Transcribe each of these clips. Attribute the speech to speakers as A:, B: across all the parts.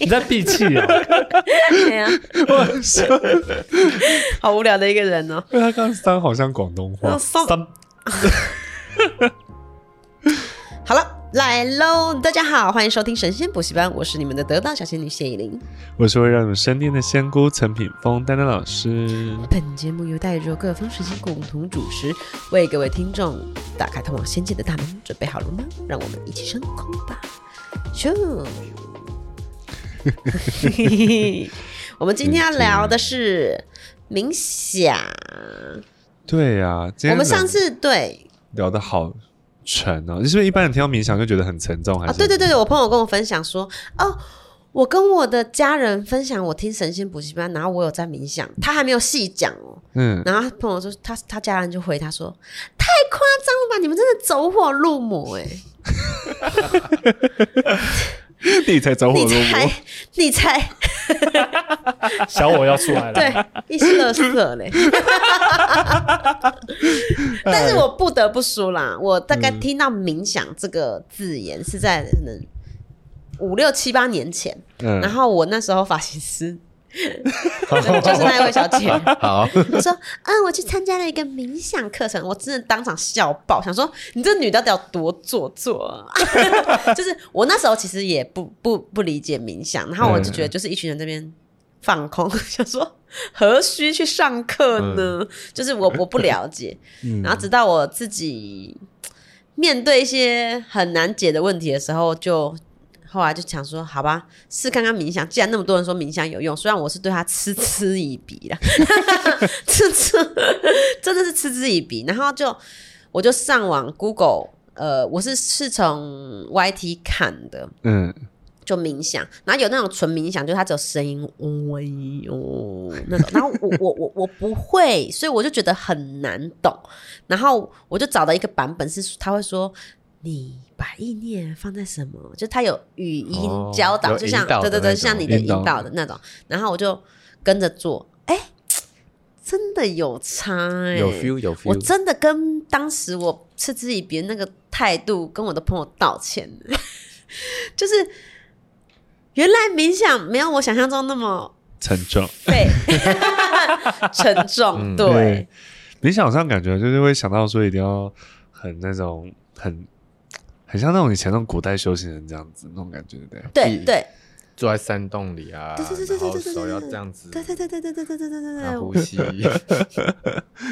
A: 你在闭气啊？
B: 对呀，
A: 我说，
B: 好无聊的一个人哦。
A: 因为他刚刚三好像广东话，
B: 嗯三
A: 三
B: 好了，来喽！大家好，欢迎收听神仙补习班，我是你们的得道小仙女谢依霖。
A: 我是会让你身边的仙姑陈品峰丹丹老师。
B: 本节目由带着各方神仙共同主持，为各位听众打开通往仙界的大门。准备好了吗？让我们一起升空吧！咻！ 我们今天要聊的是冥想。
A: 对呀、啊，今天
B: 我们上
A: 聊
B: 次对
A: 聊的好沉哦，你是不是一般人听到冥想就觉得很沉重？还
B: 啊、
A: 是、
B: 对对对对，我朋友跟我分享说，哦，我跟我的家人分享我听神仙补习班，然后我有在冥想，他还没有细讲哦。
A: 嗯，
B: 然后他朋友说，他他家人就回他说，太夸张了吧，你们真的走火入魔哎、
A: 你才走火入
B: 你才
A: 魔，
B: 你才
C: 小我要出来 了。
B: 对，一些乐色 嘞。但是我不得不说啦，我大概听到冥想这个字眼是在可能五六七八年前，然
A: 嗯，
B: 后我那时候发型师就是那一位小 姐，
A: 好，
B: 我说，嗯，我去参加了一个冥想课程，我真的当场笑爆，想说你这女的得有多做作啊！ 就是我那时候其实也不不不理解冥想，然后我就觉得就是一群人这边放空， 想说何须去上课呢？就是我我不了解，然后直到我自己面对一些很难解的问题的时候，就。后来就想说，好吧，试看看冥想。既然那么多人说冥想有用，虽然我是对他嗤之以鼻啦， 嗤之真的是嗤之以鼻。然后就我就上网 Google，呃，我是是从 YT 看的，
A: 嗯，
B: 就冥想，然后有那种纯冥想，就是它只有声音，嗡哦那种。然后我我我我不会，所以我就觉得很难懂。然后我就找到一个版本是，他会说你把意念放在什么，就他有语音
D: 哦
B: 教导，
D: 有
B: 就像
D: 引导
B: 对
D: 的
B: 对对，
D: 那种
B: 像你的引
A: 引导
B: 导的那种。然后我就跟着做，哎、真的有差哎、
D: 有 feel 有
B: 我
D: feel，
B: 真的跟当时我嗤之以鼻的那个态度，跟我的朋友道歉， 就是原来冥想没有我想象中那么
A: 沉重。
B: 费 沉重，对，
A: 冥想上感觉就是会想到说一定要很那种很很像那种以前那种古代修行人这样子那种感觉，对不对？
B: 对对
D: 坐在山洞里啊，
B: 对对对对
D: 然后
B: 对对
D: 手
B: 对
D: 要
B: 对
D: 这样子，
B: 对对对对对对对对对对
D: 然后
B: 对
D: 呼吸，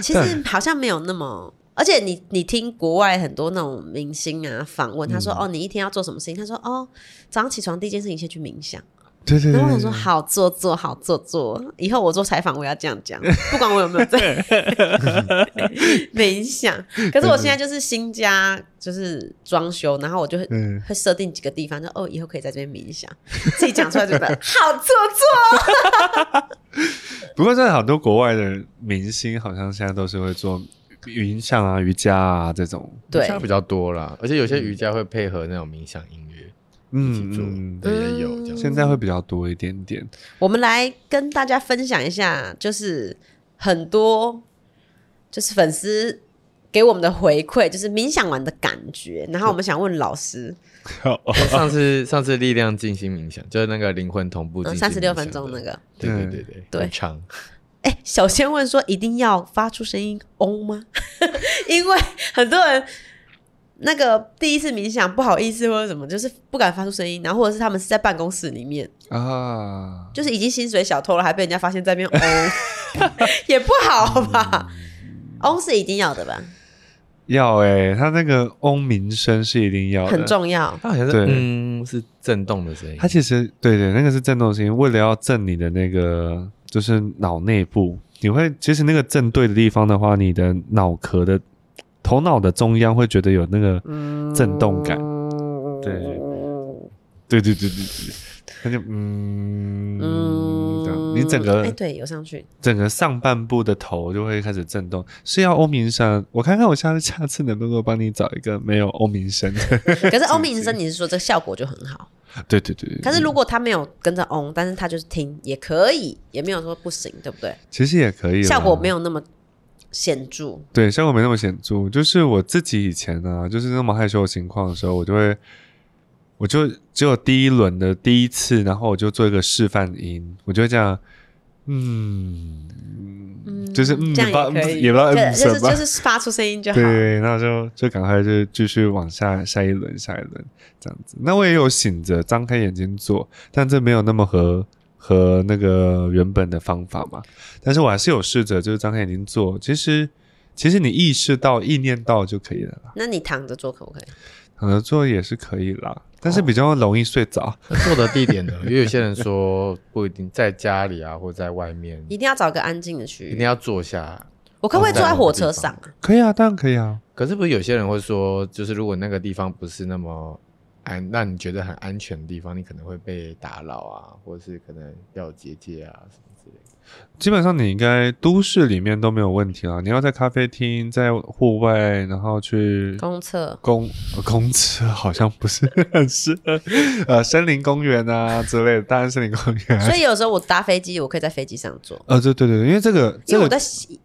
B: 其实好像没有那么，而且你你听国外很多那种明星啊访问，他说、哦你一天要做什么事情？他说哦早上起床第一件事情先去冥想。
A: 对对对
B: 然后我
A: 对
B: 想说，
A: 对。
B: 好做作，好做作。以后我做采访，我要这样讲，不管我有没有在冥想。可是我现在就是新家，就是装修，然后我就会
A: 嗯
B: 会设定几个地方，就哦，以后可以在这边冥想。自己讲出来就觉得好做作。
A: 不过现在很多国外的明星好像现在都是会做云像啊、瑜伽啊这种，
B: 对
D: 瑜 伽比较多啦，而且有些瑜伽会配合那种冥想音乐一起做
A: 嗯，嗯
D: 对，也有这样子。
A: 现在会比较多一点 点。
B: 我们来跟大家分享一下，就是很多就是粉丝给我们的回馈，就是冥想完的感觉。然后我们想问老师，
D: 上次上次力量静心冥想就是那个灵魂同步静心冥想
B: 呃三
D: 的，
B: 十六分钟那个。嗯
D: 对，对对对
B: 对
D: 对，很长，
B: 哎、小仙问说一定要发出声音嗡吗？ 因为很多人那个第一次冥想不好意思或者什么，就是不敢发出声音，然后或者是他们是在办公室里面，
A: 啊，
B: 就是已经薪水小偷了，还被人家发现在那边嗡， 也不好吧？嗡是一定要的吧，
A: 要哎、他那个嗡鸣声是一定要的，
B: 很重要。
D: 它好像是
A: 对
D: 嗯是震动的声音
A: 它，其实对对，那个是震动心，为了要震你的那个就是脑内部，你会其实那个震对的地方的话，你的脑壳的头脑的中央会觉得有那个震动感。对对对对对，它就嗯这样，你整
B: 哎、
A: 个
B: 对，有上去，
A: 整个上半部的头就会开始震动，是要欧明声。我看看我下次下次能不能够帮你找一个没有欧明声的。
B: 可是嗡鸣声，你是说这个效果就很好？
A: 对对对对，
B: 可是如果他没有跟着嗡，但是他就是听也可以，也没有说不行，对不对？
A: 其实也啊可以啦，
B: 效果没有那么显著。
A: 对，效果啊没那么显著。就是我自己以前呢、就是那么害羞的情况的时候，我就会我就只有第一轮的第一次，然后我就做一个示范音，我就会这样，嗯，
B: 嗯
A: 就是嗯，
B: 这
A: 也不知道
B: 样也可
A: 嗯
B: 以，
A: 也不知道
B: 对
A: 嗯
B: 就是
A: 什么
B: 就，是发出声音 就好。
A: 对，那就就赶快就继续往下下一轮下一轮这样子。那我也有醒着张开眼睛做，但这没有那么合和那个原本的方法嘛。但是我还是有试着就是张开眼睛做，其实其实你意识到意念到就可以了啦，
B: 那你躺着做可不可以？
A: 躺着做也是可以啦，但是比较容易睡着。
D: 那做的地点呢？因为有些人说不一定在家里啊，或者在外面，
B: 一定要找个安静的区
D: 一定
B: 域。
D: 要坐下。
B: 我可不可以坐在火车上啊？
A: 可以啊，当然可以啊。
D: 可是不是有些人会说，就是如果那个地方不是那么安，让你觉得很安全的地方，你可能会被打扰啊，或者是可能要有结界啊什么之类的。
A: 基本上你应该都市里面都没有问题啊啦。你要在咖啡厅，在户外，然后去
B: 公厕
A: 公 呃公厕好像不是 很适合，呃，森林公园啊之类的，大安森林公园、啊
B: 所。以有时候我搭飞机，我可以在飞机上做，
A: 呃，对对对，因为这个
B: 因
A: 这
B: 为我
A: 个
B: 在洗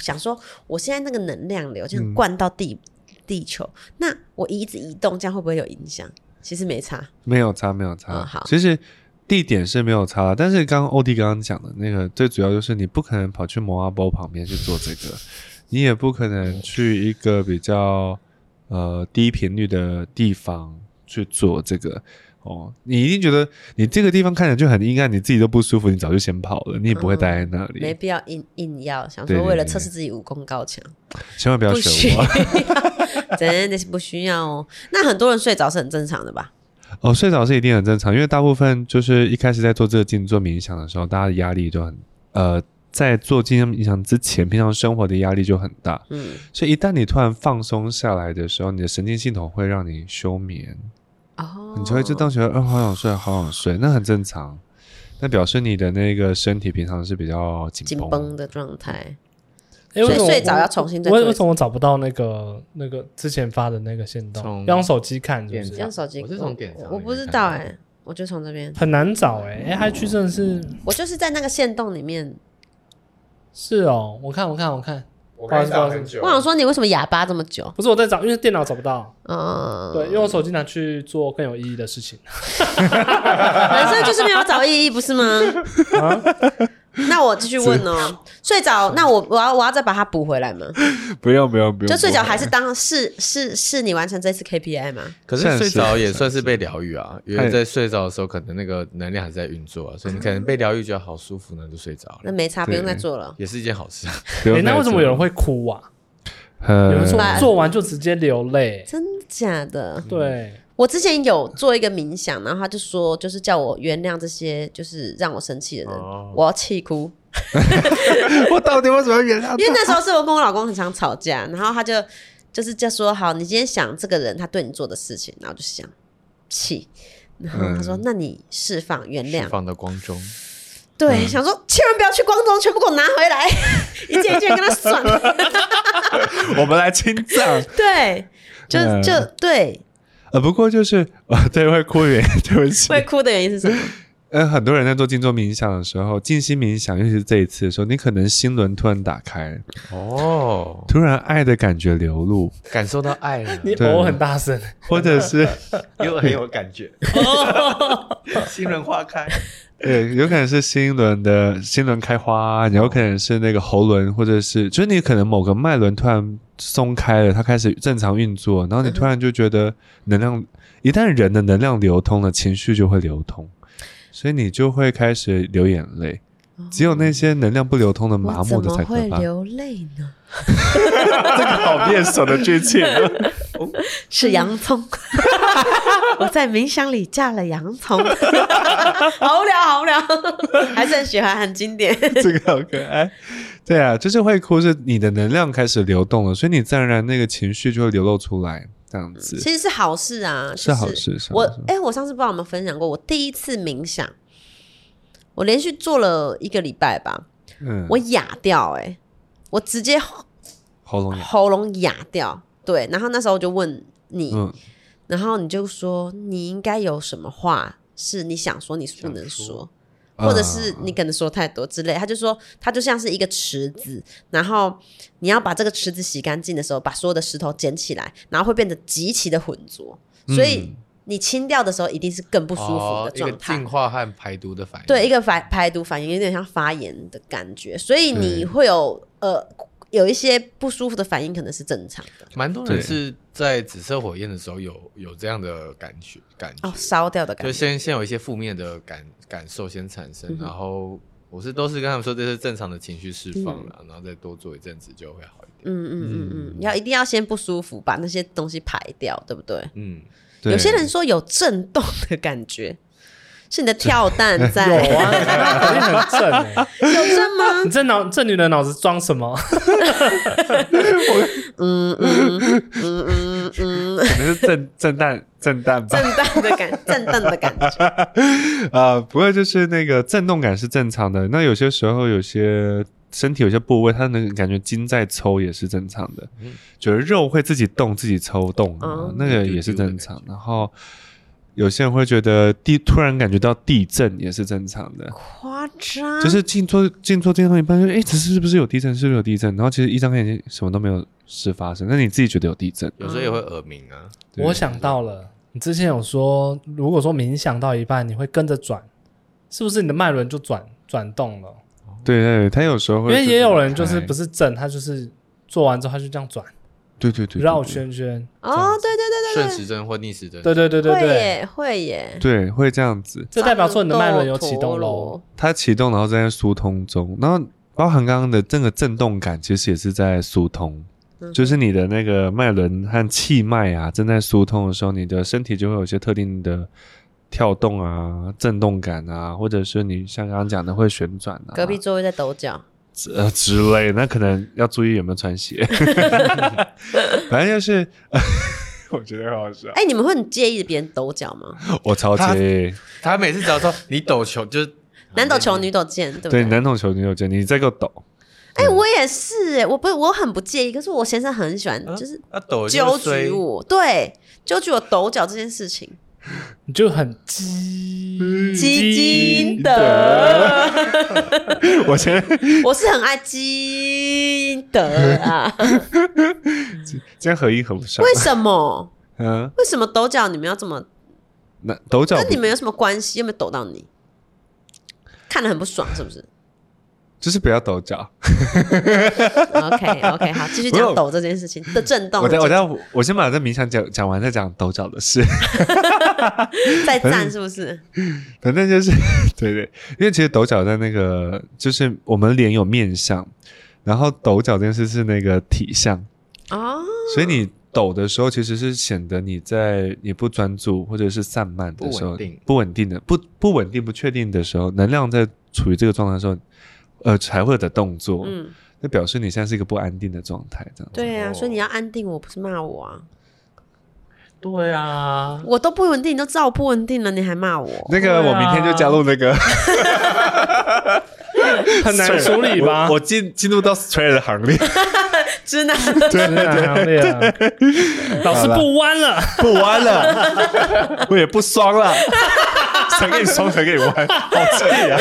B: 想说，我现在那个能量流
A: 嗯
B: 这样灌到地、地球，那我一直移动，这样会不会有影响？其实没差，
A: 没有差，没有差。
B: 嗯好
A: 其实地点是没有差，但是刚刚欧弟刚刚讲的那个，最主要就是你不可能跑去摩阿波旁边去做这个，你也不可能去一个比较呃低频率的地方去做这个。哦，你一定觉得你这个地方看起来就很阴暗，你自己都不舒服，你早就先跑了，你也不会待在那里。
B: 嗯没必要硬硬要想
A: 对
B: 说
A: 对
B: 为了
A: 对
B: 测试自己武功高强，
A: 千万不要
B: 不需
A: 学
B: 要
A: 我
B: 真的是不需要哦。那很多人睡着是很正常的吧？
A: 哦！睡着是一定很正常，因为大部分就是一开始在做这个静坐冥想的时候，大家的压力就很呃，在做静坐冥想之前，平常生活的压力就很大，
B: 嗯，
A: 所以一旦你突然放松下来的时候，你的神经系统会让你休眠，
B: 哦，
A: 你就会自动觉得，嗯、好想睡，好想睡，那很正常。那表示你的那个身体平常是比较紧
B: 紧
A: 绷，
B: 绷的状态。
C: 哎为什么
B: 所以
C: 我
B: 睡着要重新再
C: 我
B: 做一次
C: 为什么我找不到那个那个之前发的那个线动？
D: 从
C: 要用手机看是不
D: 电
C: 是
D: 脑？
B: 用手机，
D: 我是从点上
B: 我我
D: 面
B: 不知
D: 看
B: 道
D: 到
B: 哎、我就从这边，
C: 很难找哎、欸，哎、还去真的是
B: 我就是在那个线洞里面。
C: 是哦，我看我看我看，
D: 我
C: 刚才找很
D: 久
B: 我想，说你为什么哑巴这么久？
C: 不是我在找，因为电脑找不到，
B: 嗯，
C: 对，用手机拿去做更有意义的事情。
B: 人生就是没有找意义，不是吗？
C: 啊
B: 那我继续问哦，睡着，那我我要我要再把它补回来吗？
A: 不用不用不用，
B: 就睡着
A: 不用
B: 还是当是是是你完成这次 KPI 吗？
D: 可
A: 算
D: 是
A: 是
D: 睡着也
A: 算
D: 算是被疗愈啊，因
A: 哎
D: 为在睡着的时候，可能那个能量还在运作啊，所以你可能被疗愈，觉得好舒服呢，就睡着了，
B: 那没差，不
A: 对
B: 用再做了。
D: 也是一件好事啊。
A: 不
C: 哎、
A: 用
C: 那为什么有人
A: 会？
C: 会哭啊？有人
A: 呃
C: 说
B: 嗯
C: 做完就直接流泪，
B: 真的假的？
C: 对，
B: 我之前有做一个冥想，然后他就说，就是叫我原谅这些就是让我生气的人，
D: 哦
B: 我要气哭。
A: 我到底为什么要原谅
B: 因为那时候是我跟我老公很常吵架，然后他就就是就说好，你今天想这个人他对你做的事情，然后我就想气，然后他说、
A: 嗯
B: 那你释放原谅
D: 释，放到光中，
B: 对，想说千万不要去光中，全部给我拿回来， 一件一件跟他算，
A: 他？我们来清账。
B: 对，就
A: 嗯
B: 就对，
A: 呃，不过就是呃，对，会哭原因， 对不起。
B: 会哭的原因是什么？
A: 呃，很多人在做静坐冥想的时候，静心冥想，尤其是这一次的时候，你可能心轮突然打开，
D: 哦，
A: 突然爱的感觉流露，
D: 感受到爱了，
C: 你
A: 对
C: 偶很大声，
A: 或者 是
D: 又很有感觉，
B: 哦
D: 心轮花开。
A: 对，有可能是心轮的心轮开花，有可能是那个喉轮，或者是就是你可能某个脉轮突然松开了，它开始正常运作，然后你突然就觉得能量，一旦人的能量流通了，情绪就会流通，所以你就会开始流眼泪。只有那些能量不流通的麻木
B: 我怎
A: 的
B: 么
A: 才可
B: 会
A: 怕，
B: 流泪呢？
A: 这个 好面熟的剧情。 啊
B: 是洋葱， 我在冥想里加了洋葱， 好无聊，好无 聊，还是很喜欢，很经典。
A: 这个好可爱。对啊，就是会哭，是你的能量开始流动了，所以你自然而然那个情绪就会流露出来，这样子
B: 其实是好事啊，就是
A: 好。事。是好
B: 我
A: 事
B: 哎、我上次不知道有没有分享过，我第一次冥想，我连续做了一个礼拜吧，
A: 嗯，
B: 我哑掉、哎，我直接
A: 喉 咙痒，
B: 喉咙哑掉。对，然后那时候我就问你，
A: 嗯，
B: 然后你就说你应该有什么话是你想说你不能说
D: 想说，
B: 或
A: 啊
B: 者
D: 嗯
B: 是你可能说太多之类。他就说，它就像是一个池子，然后你要把这个池子洗干净的时候，把所有的石头捡起来，然后会变得极其的浑浊。所以你清掉的时候一定是更不舒服
D: 嗯哦
B: 的
D: 一个
B: 状态。
D: 净化和排毒的反应。
B: 对，一个排排毒反应有点像发炎的感觉，所以你
D: 对
B: 会有呃有一些不舒服的反应，可能是正常的
D: 蛮多人
A: 对
D: 是在紫色火焰的时候有有这样的感觉感觉，
B: 哦，烧掉的感
D: 就
B: 觉。
D: 先先有一些负面的感感受先产生，
B: 嗯哼
D: 然后我是都是跟他们说这是正常的情绪释放了，然后再多做一阵子就会好一点。
B: 嗯嗯嗯嗯，
A: 嗯
B: 要一定要先不舒服，把那些东西排掉，对不对？
D: 嗯，
A: 对
B: 有些人说有震动的感觉，是你的跳蛋在
C: 有啊，肯定很正欸。
B: 有震吗？
C: 你这脑这女的脑子装什么？
B: 嗯嗯嗯嗯嗯，嗯，
A: 可能是震 震荡震荡吧
B: 震。荡的感， 震荡的感觉。
A: 啊，不过就是那个震动感是正常的。那有些时候，有些身体有些部位，它能感觉筋在抽也是正常的，
D: 嗯
A: 觉得肉会自己动、自己抽动、啊，
B: 哦
A: 那个也是正常。然后有些人会觉得地突然感觉到地震也是正常的。
B: 夸
C: 啊
B: 张，
A: 就是静坐静坐静坐一半就，哎，这是不是有地震？是不是有地震？然后其实一张眼睛什么都没有事发生，那你自己觉得有地震？
D: 有时候也会耳鸣啊，
A: 对
C: 我想到了，你之前有说，如果说冥想到一半，你会跟着转，是不是你的脉轮就转转动了？
A: 对对，对他有时候
C: 因
A: 会，
C: 为也有人就是不
A: 是哎
C: 是正，他就是做完之后他就这样转，
A: 对对对对
C: 绕
A: 对
C: 圈圈。
B: 哦，对对
D: 顺时针或逆时针。
C: 对对对对
B: 对，会
C: 对，
B: 耶会耶，
A: 对会这样子。
C: 这代表说你的脉轮有启动
B: 战斗陀
C: 喽
B: 螺。。
A: 它启动，然后在疏通中，然后包含刚刚的这个震动感，其实也是在疏通，
B: 嗯
A: 就是你的那个脉轮和气脉啊，正在疏通的时候，你的身体就会有一些特定的跳动啊、震动感啊，或者是你像刚刚讲的会旋转啊，
B: 隔壁座位在抖脚，
A: 呃之类，那可能要注意有没有穿鞋， 反正就是。 我觉得很好笑，
B: 哎，你们会很介意别人抖脚吗？
A: 我超
D: 他
A: 级
D: 他每次只要说你抖球，就是
B: 男抖球，女抖剑，对不
A: 对男桶球女友见，你再给我抖，
B: 哎，我也是，哎，我不，我很不介意，可是我先生很喜欢，就是
D: 啊抖就
B: 纠
D: 是衰
B: 举我，对，纠举我抖脚这件事情，
C: 你就很激
B: 基金的，
A: 我先
B: 我是很爱基因的啊，
A: 这样合一合不上
B: 为，什么？
A: 嗯，
B: 为什么抖脚你们要这么？
A: 那抖脚
B: 跟
A: 不
B: 你们有什么关系？有没有抖到你？看得很不爽，是不是
A: 就是不要抖脚。
B: ？OK OK，好，继续
A: 不
B: 讲
A: 是
B: 抖这件事情的震动。
A: 我再我再我先把这冥想讲讲完，再讲抖脚的事。
B: 再赞是不是？
A: 反正就是 对对，因为其实抖脚在那个就是我们脸有面相，然后抖脚这件事是那个体相，
B: 哦，
A: 所以你抖的时候其实是显得你在你不专注或者是散漫的时
D: 不
A: 候
D: 稳定
A: 不稳定的不不稳定不确定的时候，能量在处于这个状态的时候，呃才会有的动作，
B: 嗯，
A: 那表示你现在是一个不安定的状态，这样子。
B: 对啊，
D: 哦
B: 所以你要安定我，不是骂我啊！
D: 对啊，
B: 我都不稳定，你都知道我不稳定了，你还骂我？
A: 那个，
D: 对
A: 我
D: 啊
A: 明天就加入那个。
C: 很难处理吧
A: 我？我进进入到 Stray 的行列，
B: 直男，
C: 真的很行列啊，老师不弯了，
A: 不弯了， 我也不双了，谁给你双，谁给你弯，好正义啊！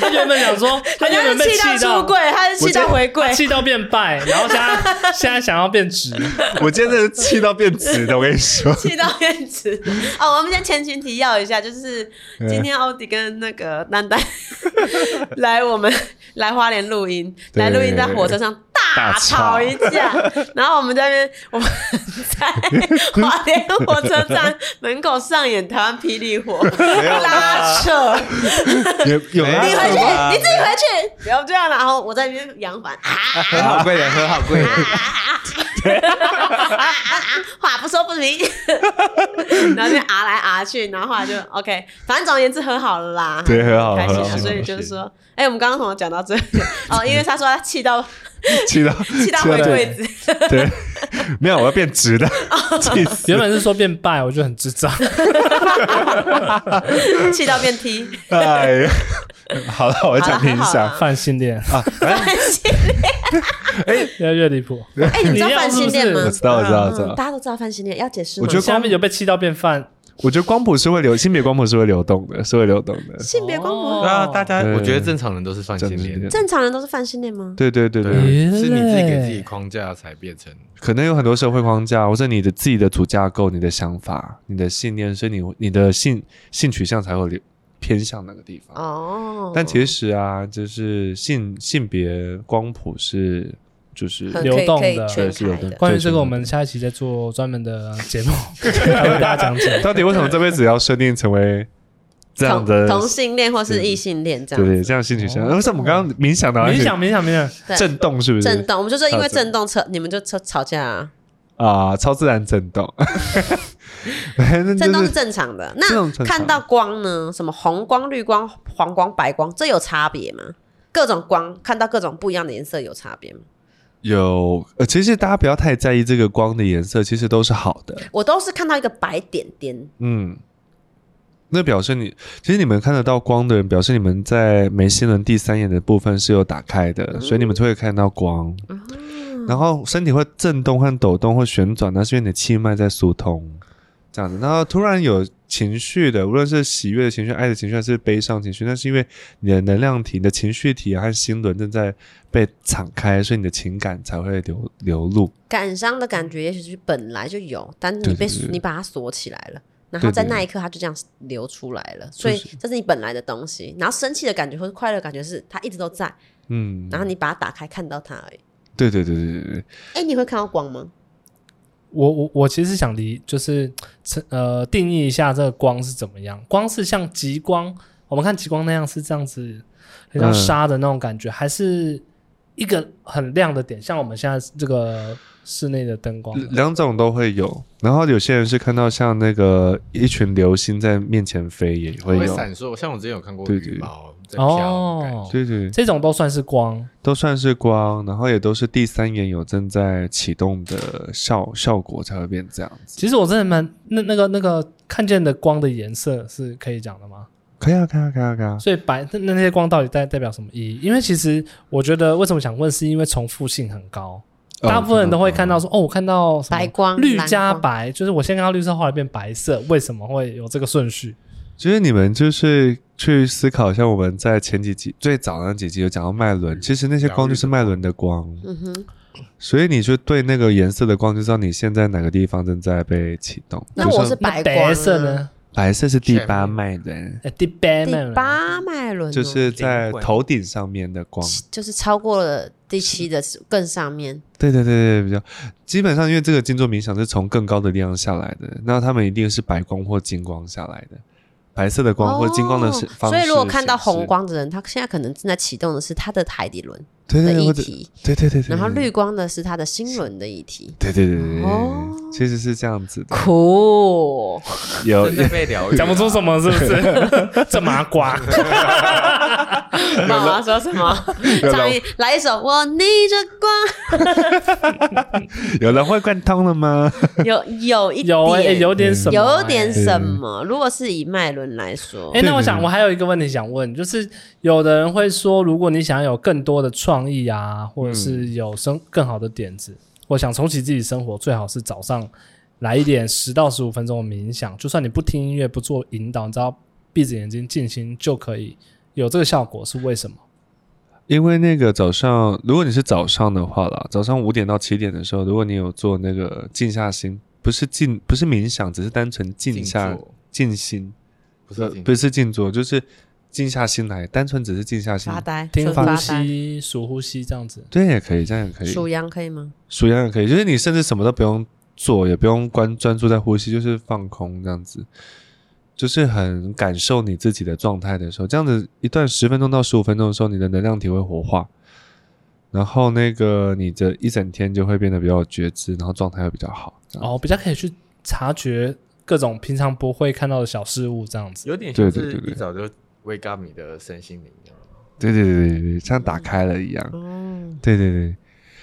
C: 他原本想说，他原本
B: 人家
C: 被
B: 是
C: 气
B: 气到出柜，他是气到回
C: 他
B: 归。
C: 气到变败，然后现在 现在想要变直，
A: 我今天真的气到变直的，我跟你说，
B: 气 到变直哦！我们先前情提要一下，就是
A: 嗯
B: 今天奥迪跟那个丹 丹来我们来花莲录音，
A: 对
B: 来录音在火车上大
A: 大吵
B: 吵一架，然后我们在那边我们 在花莲火车站门口上演台湾霹雳火
A: 有啦
B: 拉扯，
A: 有有
D: 没
A: 啊
B: 你
D: 有
B: 回去
D: 啦
B: 你自己回去，不要这样，然后我在那边扬帆啊
D: 很好贵人，很好贵 人，
B: 啊啊啊！话不说不明， 然后就啊来啊去，然后后来就 OK，反正总而言之和好了啦，
A: 对，很好，
B: 嗯开心
A: 很
B: 了。
A: 好，
B: 所以就是说，哎，我们刚刚怎么讲到这里？哦，因为他说他气到
A: 气 到
B: 气到回柜子，
A: 对，没有，我要变直 的，气死！
C: 原本是说变败，我就很智障。
B: 气到变 T，
A: 哎呀，好了，我要讲冥
B: 好了好
A: 想
B: 了，
C: 泛性恋
D: 哎
C: 啊，越来越离谱。
B: 哎，你知道泛性恋吗？
A: 我知道，我知道，我知
B: 嗯
A: 道。
B: 大家都知道泛性恋，要解释
A: 我
B: 吗
A: 觉？得
C: 下面有被气到变泛，
A: 我觉得光谱是会流，性别光谱是会流动的，是会流动的。
B: 性别光
C: 哦
B: 谱，
D: 对啊，大家
A: 对
D: 我觉得正常人都是泛性恋
A: 正，
B: 正常人都是泛性恋吗？
A: 对对对对，
C: 对
D: 是你自己给自己框架才变成。
A: 可能有很多社会框架，或者你的自己的主架构、你的想法、你的信念，所以你你的性性取向才会流偏向那个地方。
B: 哦，
A: 但其实啊，就是性性别光谱是就是
B: 很
C: 流
B: 可以
C: 动
B: 可以
C: 的
B: 全
A: 对是流
B: 开的
A: 动。
C: 关于这个，我们下一期再做专门的节目，来为大家讲 解。
A: 到底为什么这辈子要设定成为这样的？
B: 同同性恋或是异性恋这
A: 对对，
B: 样
A: 这
B: 子。
A: 样性取向？
C: 哦
A: 为什么我们刚刚冥想到
C: 冥想，冥想，冥想，
B: 对
A: 震动是不是？
B: 震动，我们就说因为
A: 啊这个
B: 震动吵，你们就吵吵架啊。
A: 啊、超自然震动， 震
B: 震动 是正常的。
A: 这
B: 那
A: 种正常
B: 看到光呢？什么红光、绿光、黄光、白光，这有差别吗？各种光看到各种不一样的颜色有差别吗？
A: 有呃，其实大家不要太在意这个光的颜色，其实都是好的。
B: 我都是看到一个白点点，
A: 嗯，那表示你其实你们看得到光的人，表示你们在眉心轮第三眼的部分是有打开的，所以你们就会看到光。然后身体会震动和抖动或旋转，那是因为你的气脉在疏通，这样子。然后突然有情绪的，无论是喜悦的情绪、爱的情绪还是悲伤情绪，那是因为你的能量体、你的情绪体和心轮正在被敞开，所以你的情感才会流流露。
B: 感伤的感觉，也许是本来就有，但是
A: 对
B: 你被
A: 对对对
B: 你把它锁起来了。然后
A: 对对
B: 在那一刻，它就这样流出来了，所以这是你本来的东西。然后生气的感觉或者快乐的感觉是它一直都在，
A: 嗯，
B: 然后你把它打开看到它而已。
A: 对对对对对对，
B: 哎，你会看到光吗？
C: 我我我其实想离，就是呃，定义一下这个光是怎么样。光是像极光，我们看极光那样是这样子，很像
A: 嗯
C: 沙的那种感觉，还是一个很亮的点，像我们现在这个室内的灯
D: 哦
C: 光。
A: 两种都会有。然后有些人是看到像那个一群流星在面前飞，也会
D: 会
A: 有。
D: 闪烁，像我之前有看过
A: 对对
D: 羽毛在飘，
C: 哦，
A: 对对，
C: 这种都算是光。
A: 都算是光，然后也都是第三眼有正在启动的效效果才会变这样子。
C: 其实我真的蛮那那个那个看见的光的颜色是可以讲的吗？
A: 可以啊，可以啊，可以啊，可以啊。
C: 所以白那那些光到底代代表什么意义？因为其实我觉得为什么想问，是因为重复性很高。
A: 哦
C: 大部分人都会看到说，哦，我看到什么
B: 白光
C: 绿
B: 蓝
C: 加
B: 光
C: 白，就是我先看到绿色，后来变白色，为什么会有这个顺序？
A: 其实你们就是去思考一下，我们在前几集最早那几集有讲到脉
D: 嗯
A: 轮，其实那些光就是脉轮的光，
B: 嗯哼，
A: 所以你就对那个颜色的光就知道你现在哪个地方正在被启动。
B: 那
A: 比如
B: 我
A: 说
B: 是白
C: 那
B: 光啊
C: 白色呢？
A: 白色是第
D: 下面
A: 八脉轮，
C: 呃，第八
B: 第
C: 脉 轮
B: 八脉轮哦
A: 就是在
D: 灵魂
A: 头顶上面的光。
B: 就是超过了第七的更上面，
A: 对对对对，比较基本上，因为这个静坐冥想是从更高的力量下来的，那他们一定是白光或金光下来的，白色的光或金光的是方式、
B: 哦所以如果看到红，光的人，他现在可能正在启动的是他的海底轮
A: 对对
B: 的
A: 对，
B: 议
A: 或者
B: 题，
A: 对对对对，
B: 然后绿，光的是他的心轮的议 题。
A: 对对对对对，
B: 哦
A: 对其实是这样子 的，
B: 酷，
A: 有
D: 真的被疗愈，
C: 讲不出什么，是不是？ 这麻瓜，
B: 妈妈说什么？唱一来一首《我逆着光
A: 有人会贯通了吗？》，
B: 有有 一
C: 有欸
B: 点
C: 有点什么，
B: 有点
A: 嗯
C: 欸。
B: 什么？如果是以脉轮来说
C: 哎，，
A: 对
C: 那我
A: 对
C: 想，
A: 对
C: 我还有一个问题想问，就是有的人会说，如果你想有更多的创意啊，或者是
A: 嗯
C: 有生更好的点子，我想重启自己生活，最好是早上来一点十到十五分钟的冥想，就算你不听音乐，不做引导，你只要闭着眼睛静心就可以有这个效果，是为什么？
A: 因为那个早上，如果你是早上的话啦，早上五点到七点的时候，如果你有做那个静下心，不是静，不是冥想，只是单纯静下
D: 静坐
A: 静心，
D: 不
A: 呃
D: 是
A: 不是静坐，就是静下心来，单纯只是静下心
B: 发。呆，
C: 听
B: 纯
C: 呼
B: 发呆，
C: 吸、数呼吸这样子。
A: 对，也可以，这样也可
B: 数
A: 以，
B: 羊可以吗？
A: 数羊也可以，就是你甚至什么都不用做，也不用关专注在呼吸，就是放空这样子，就是很感受你自己的状态的时候，这样子一段十分钟到十五分钟的时候，你的能量体会活化，然后那个你的一整天就会变得比较有觉知，然后状态会比较好。这样
C: 哦，比较可以去察觉各种平常不会看到的小事物，这样子。
D: 有点
A: 对
D: 像
A: 对
D: 是
A: 对对
D: 一早就 wake up 你的身心灵一样。
A: 对对对对对，像打开了一样。
B: 哦，
A: 对对对，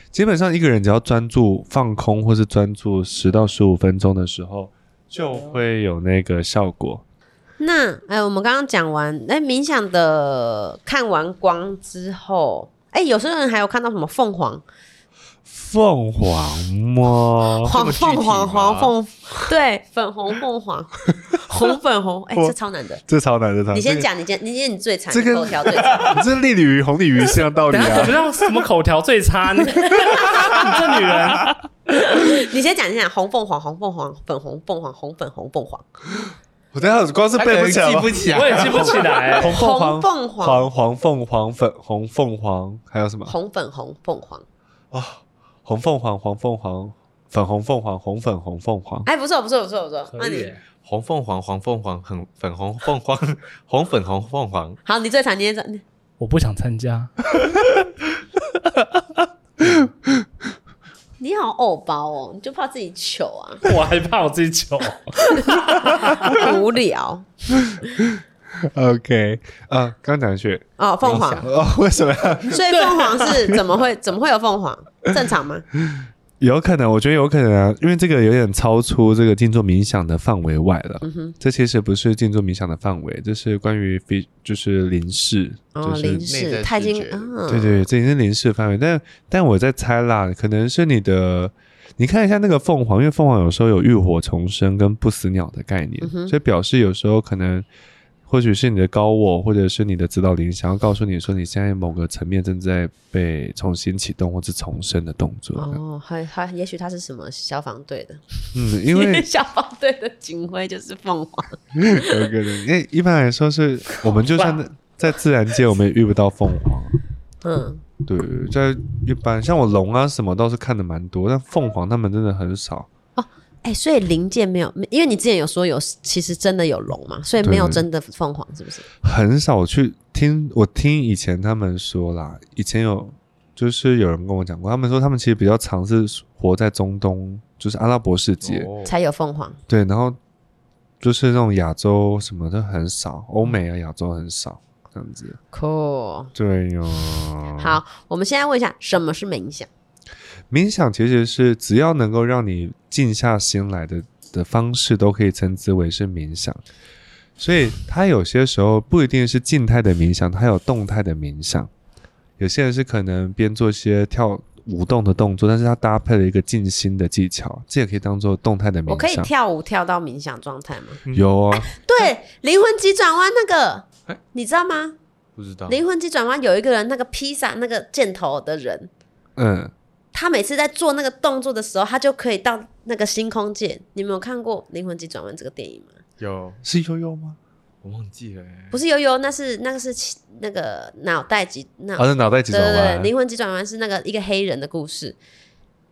A: 基本上一个人只要专注放空，或是专注十到十五分钟的时候，就会有那个效果。
B: 那哎，我们刚刚讲完，哎，冥想的看完光之后，哎，有些人还有看到什么凤凰，
A: 凤凰吗？
B: 黄
D: 这么具
B: 凤
D: 体
B: 凰，
D: 吗
B: 黄凤，对，粉红凤 凰，红粉红，哎，
A: 我
B: 这超难的。
A: 这超难，这超难。
B: 你先
A: 啊这个，
B: 讲，你先，你先，你最惨，
A: 这
B: 你
A: 跟
B: 口条最惨。
A: 这是绿鲤鱼、红鲤鱼是一样道理
C: 等一下
A: 啊
C: 怎么。样？什么口条最差？ 你你这女 人，
B: 你先讲，你先讲，红凤凰，红凤凰，粉红凤凰，红粉红凤凰，
A: 我等一下光是
D: 他可
A: 背
B: 哎
D: 能
A: 不起来
D: 记
A: 吧
D: 不。起来，
C: 我也记不起来。
A: 红凤凰、
B: 红凤凰
A: 黄黄凤凰、粉红凤凰，还有什么？哦
B: 红粉红凤凰。
A: 红凤凰、黄凤凰、粉红凤凰、红粉红凤凰。
B: 哎，不错，不错，不错，不错。那
C: 可以
B: 你
C: 耶，
D: 红凤凰、黄凤凰、很粉红凤凰、红粉红凤凰，
B: 好，你最惨，你先讲。你
C: 我不想参加。
B: 你好偶包哦，你就怕自己糗啊，
C: 我还怕我自己糗。
B: 无聊
A: OK，啊，刚刚讲一句，
B: 哦。凤凰，
A: 哦，为什么要？
B: 所以凤凰是怎么会怎么会有凤凰？正常吗？
A: 有可能，我觉得有可能啊，因为这个有点超出这个静坐冥想的范围外了。
B: 嗯哼，
A: 这其实不是静坐冥想的范围，这是关于非就是灵视，
B: 哦
A: 就，是
B: 林
D: 内在
B: 氏，
D: 直
B: 他已经
D: 觉
B: 嗯，
A: 对对，这已经是零食范围。但但我在猜啦，可能是你的，你看一下那个凤凰，因为凤凰有时候有浴火重生跟不死鸟的概念，
B: 嗯哼
A: 所以表示有时候可能。或许是你的高我，或者是你的指导灵，想要告诉你说，你现在某个层面正在被重新启动或是重生的动作。
B: 哦，还还，也许他是什么消防队的，
A: 嗯，因为
B: 消防队的警徽就是凤凰。
A: 有可能，因为一般来说是我们就算在自然界，我们也遇不到凤凰。
B: 嗯，
A: 对，在一般像我龙啊什么倒是看的蛮多，但凤凰他们真的很少。
B: 哎、所以零件没有，因为你之前有说有，其实真的有龙嘛，所以没有
A: 对
B: 真的凤凰，是不是？
A: 很少去听，我听以前他们说啦，以前有就是有人跟我讲过，他们说他们其实比较常是活在中东，就是阿拉伯世界，
D: 哦
B: 才有凤凰。
A: 对，然后就是那种亚洲什么的很少，欧美啊亚洲很少这样子。
B: Cool。
A: 对哟、
B: 好，我们现在问一下，什么是冥想？
A: 冥想其实是只要能够让你静下心来的的方式，都可以称之为是冥想。所以它有些时候不一定是静态的冥想，它有动态的冥想。有些人是可能边做些跳舞动的动作，但是它搭配了一个静心的技巧，这也可以当做动态的
B: 我可
A: 冥
B: 以
A: 想。
B: 跳舞跳到冥想状态吗？
A: 有啊，
B: 对，灵魂急转弯那个
D: 哎，
B: 你知道吗？
D: 不
A: 哦
D: 知道
B: 灵魂急转弯有一个人，那个披萨那个箭头的人，
A: 嗯，
B: 他每次在做那个动作的时候，他就可以到那个星空界。你们有看过《灵魂急转弯》这个电影吗？
D: 有，
A: 是悠悠吗？
D: 我忘记了欸，
B: 不是悠悠，那是那个是其那个脑袋急那、
A: 哦，是脑袋急
B: 对
A: 转
B: 对对，
A: 弯。
B: 灵魂急转弯是那个一个黑人的故事。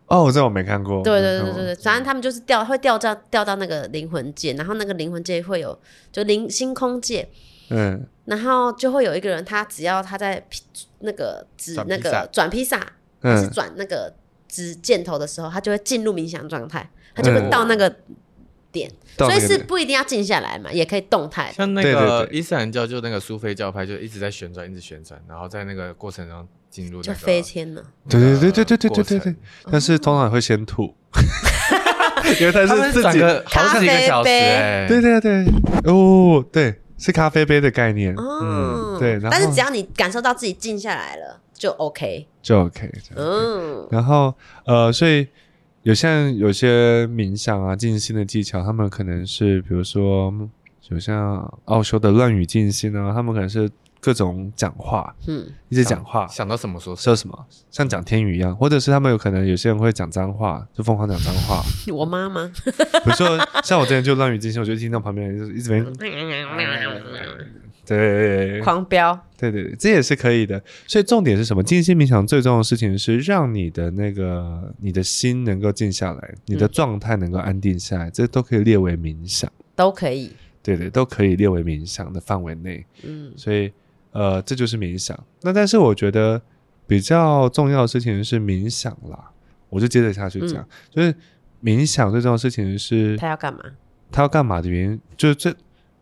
A: 哦，我这哦我没看过。
B: 对对
A: 没
B: 对
A: 看过
B: 对对，反正他们就是掉会掉到掉到那个灵魂界，然后那个灵魂界会有就灵星空界，
A: 嗯，
B: 然后就会有一个人，他只要他在劈那个指
D: 转
B: 那
D: 披萨
B: 个转披萨，
A: 嗯
B: 还是转那个指箭头的时候，他就会进入冥想状态，他就会
A: 嗯
B: 到那个点，
A: 到
B: 所以
A: 那个
B: 是不一定要静下来嘛，也可以动态的。
D: 像那
A: 对对
D: 个
A: 对
D: 伊斯兰教就那个苏菲教派就一直在旋转，一直旋转，然后在那个过程中进入
B: 就
D: 那
B: 飞
D: 个
A: 啊
B: 天了，
A: 对对对对对对
D: 过
A: 对对对
D: 程，
A: 但是通常会先吐，因为他是
D: 他们
A: 自
D: 转
A: 己。
D: 个好几个小
B: 咖啡
D: 时
B: 杯
D: 欸，
A: 对对对，哦，对，是咖啡杯的概念，
B: 哦、
A: 嗯对然后
B: 但是只要你感受到自己静下来了，就 OK，
A: 就 OK 这样。
B: 嗯，
A: 然后呃，所以有像有些冥想啊、静心的技巧，他们可能是比如说有像奥修的乱语静心啊，他们可能是各种讲话，
B: 嗯，
A: 一直讲话，
D: 想到什么说什
A: 说什么像讲天语一样，或者是他们有可能有些人会讲脏话， 就疯狂讲脏话。
B: 我 妈妈，
A: 比如说像我之前就乱语静心，我就听到旁边人就是一直没对
B: 狂飙，
A: 对对对，这也是可以的。所以重点是什么？静心冥想最重要的事情是让你的那个你的心能够静下来，你的状态能够安定下来，这都可以列为冥想。
B: 都可以，
A: 对对，都可以列为冥想的范围内。
B: 嗯，
A: 所以呃，这就是冥想。那但是我觉得比较重要的事情是冥想啦，我就接着下去讲，就是冥想最重要的事情是
B: 她要干嘛？
A: 他要干嘛的原因，就是这，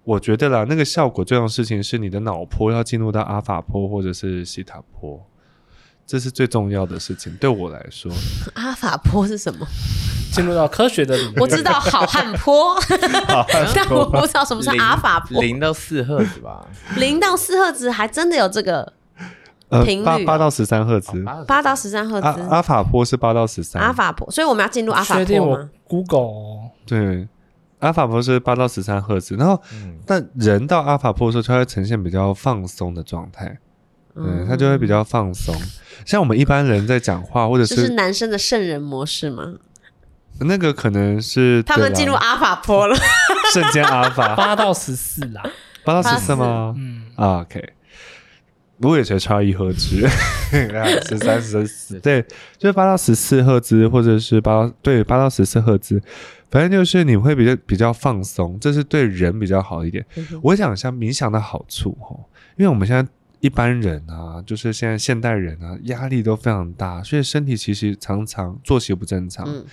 A: 我觉得啦，那个效果最重要的事情是你的脑波要进入到阿法波或者是西塔波，这是最重要的事情。对我来说，
B: 阿法波是什么？
C: 进入到科学的领域，
B: 我知道好汉 坡，但
A: 哦
B: 我不知 道什么是阿法
D: 么，
B: 波。
D: 零到四赫兹吧，
B: 零到四赫兹还真的有这个
A: 呃
B: 频率
A: 八
B: 哦
A: 八到十三赫兹，
D: 哦
B: 八到十三赫
A: 阿
B: 兹，
A: 阿法波是八到十三，
B: 阿法波，所以我们要进入阿法
C: 确定
B: 波
C: 我
B: 吗？嗯
C: Google 哦
A: 对，阿法波是八到十三赫兹，然后
D: 嗯，
A: 但人到阿法波的时候，它会呈现比较放松的状态，嗯，它就会比较放松。像我们一般人在讲话，或者
B: 就是
A: 是
B: 男生的圣人模式吗？
A: 那个可能是
B: 他们进入
A: 对啦
B: 阿法波了，
A: 瞬间阿法
C: 八到十四啦，
A: 八到十四吗？
C: 嗯，
A: 啊，OK，我也觉得差一赫兹， 十三、十四，对，就是八到十四赫兹，或者是八到对八到十四赫兹，反正就是你会比较比较放松，这是对人比较好一点。我想一下冥想的好处哦，因为我们现在一般人啊，就是现在现代人啊，压力都非常大，所以身体其实常常作息不正常，
B: 嗯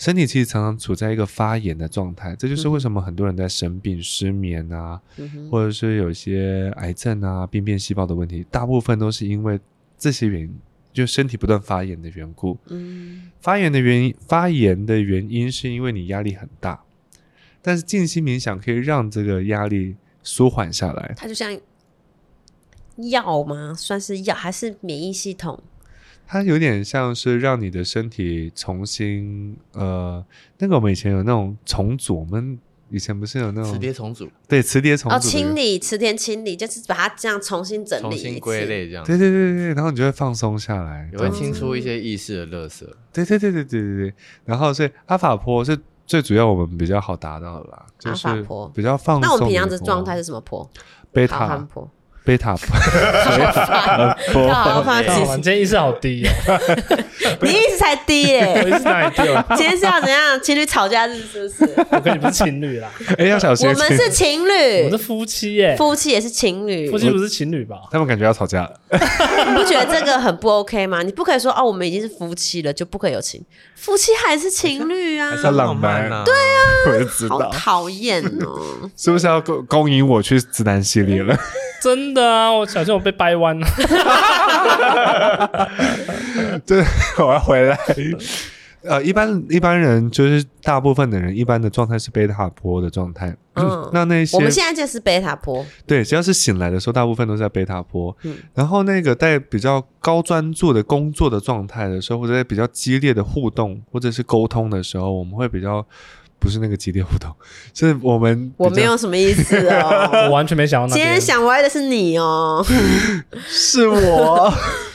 A: 身体其实常常处在一个发炎的状态，这就是为什么很多人在生病、失眠啊，
B: 嗯哼
A: 或者是有一些癌症啊、病变细胞的问题，大部分都是因为这些原因，就身体不断发炎的缘故。
B: 嗯
A: 发炎的原因，发炎的原因是因为你压力很大，但是静心冥想可以让这个压力舒缓下来。
B: 它就像药吗？算是药还是免疫系统？
A: 它有点像是让你的身体重新呃，那个我们以前有那种重组，我们以前不是有那
D: 磁
A: 种
D: 碟重组，
A: 对磁碟重
B: 哦，
A: 组的
B: 清理磁田清理，就是把它这样重新整
D: 重
B: 理一
D: 新
B: 次。
D: 归类这样，
A: 对对对对，然后你就会放松下来，这
D: 也会
A: 样子
D: 清出一些意识的 垃圾。
A: 对对对对对对对。然后所以阿法波是最主要我们比较好达到的啦，就
B: 阿法
A: 是
B: 波
A: 比较放松的
B: 那
A: 波。
B: 我们平常的状态是什么坡？
A: 贝
B: 好汉
A: 塔
B: 坡。
A: 贝塔波
B: 好 汉
C: 到晚
B: 坡，
C: 今天意识好低哦，
B: 你一直才低
C: 我
B: 嘞。
C: 意识哪里低了？
B: 今天是要怎样？情侣吵架日是不是？
C: 我跟你不是情 侣啦，
A: 哎，要小心。
B: 我们是情
C: 我们是
B: 侣，
C: 夫妻 耶，
B: 夫妻也是情侣。
C: 夫妻不是情侣吧？
A: 他们感觉要吵架
B: 啊
A: 了，
B: 你不觉得这个很不 OK 吗？你不可以说哦，我们已经是夫妻了，就不可以有情。夫妻还是情侣啊
D: 还，是
A: 要
D: 浪
A: 浪漫
D: 啊，
A: 啊对
D: 啊，
A: 我就知
B: 好
A: 道
B: 讨厌哦。
A: 是不是要勾勾引我去直男系列了？
C: 真的啊，我小心我被 掰弯了。
A: 对，我要回来。呃，一般一般人就是大部分的人，一般的状态是贝塔波的状态。
B: 嗯
A: 那那些
B: 我们现在就是贝塔波，
A: 对，只要是醒来的时候，大部分都是在贝塔波。
B: 嗯
A: 然后那个在比较高专注的工作的状态的时候，或者在比较激烈的互动或者是沟通的时候，我们会比较不是那个激烈互动， 是我们比较
B: 我没有什么意思 哦。
C: 我完全没想到那
B: 今天
C: 边。
B: 想歪的是你哦，
A: 是我，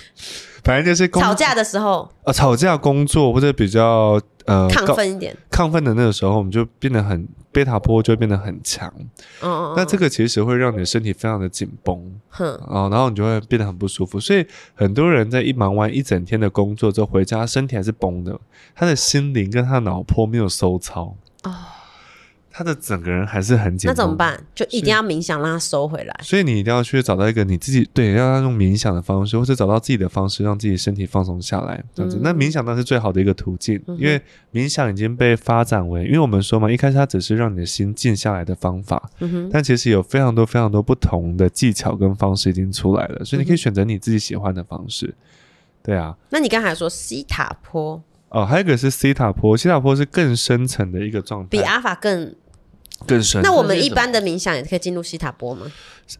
A: 反正就是工
B: 吵架的时候
A: 呃吵架工作或者比较呃
B: 亢
A: 高
B: 奋一点，
A: 亢奋的那个时候，我们就变得很贝塔波就会变得很强。
B: 嗯嗯，
A: 那这
B: 个
A: 个其实会让你的身体非常的紧绷。
B: 哼，
A: 哦，然后你就会变得很不舒服。所以很多人在一忙完一整天的工作之后回家，身体还是绷的，他的心灵跟他的脑波没有收操，
B: 哦，
A: 他的整个人还是很紧。
B: 那怎么？办？就一定要冥想让它收回来。
A: 所以你一定要去找到一个你自己对，要要用冥想的方式，或者找到自己的方式，让自己身体放松下来，这样子。
B: 嗯
A: 那冥想当然是最好的一个途径，
B: 嗯哼
A: 因为冥想已经被发展为，因为我们说嘛，一开始它只是让你的心静下来的方法，
B: 嗯哼，
A: 但其实有非常多非常多不同的技巧跟方式已经出来了，所以你可
B: 嗯哼
A: 以选择你自己喜欢的方式。对啊，
B: 那你刚才说西塔坡
A: 哦，还有一个是西塔坡，西塔坡是更深层的一个状态，
B: 比阿法更，
A: 更深。
B: 那我们一般的冥想也可以进入西塔 坡吗？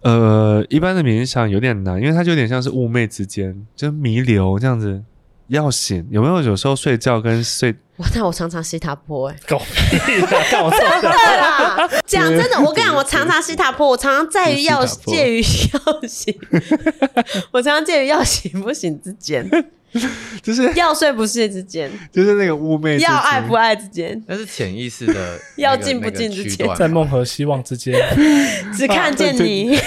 A: 呃，一般的冥想有点难，因为它就有点像是雾昧之间，就是弥留这样子。要醒有没有？有时候睡觉跟睡
B: 哇，那我常常西塔坡哎、
C: 狗屁啊！干我错 了。
B: 对啦，讲真的，我跟你讲，我常常西塔坡，我常常在于要
A: 西塔坡
B: 介于要醒， 我常常介于要醒不醒之间，
A: 就是
B: 要睡不睡之间，
A: 就是那个雾昧之间，
B: 要爱不爱之间，
D: 那是潜意识的
B: 要
D: 那个
B: 进不
D: 那个
B: 进之
D: 区
B: 前
D: 段
C: 在梦和希望之间，
B: 只看见你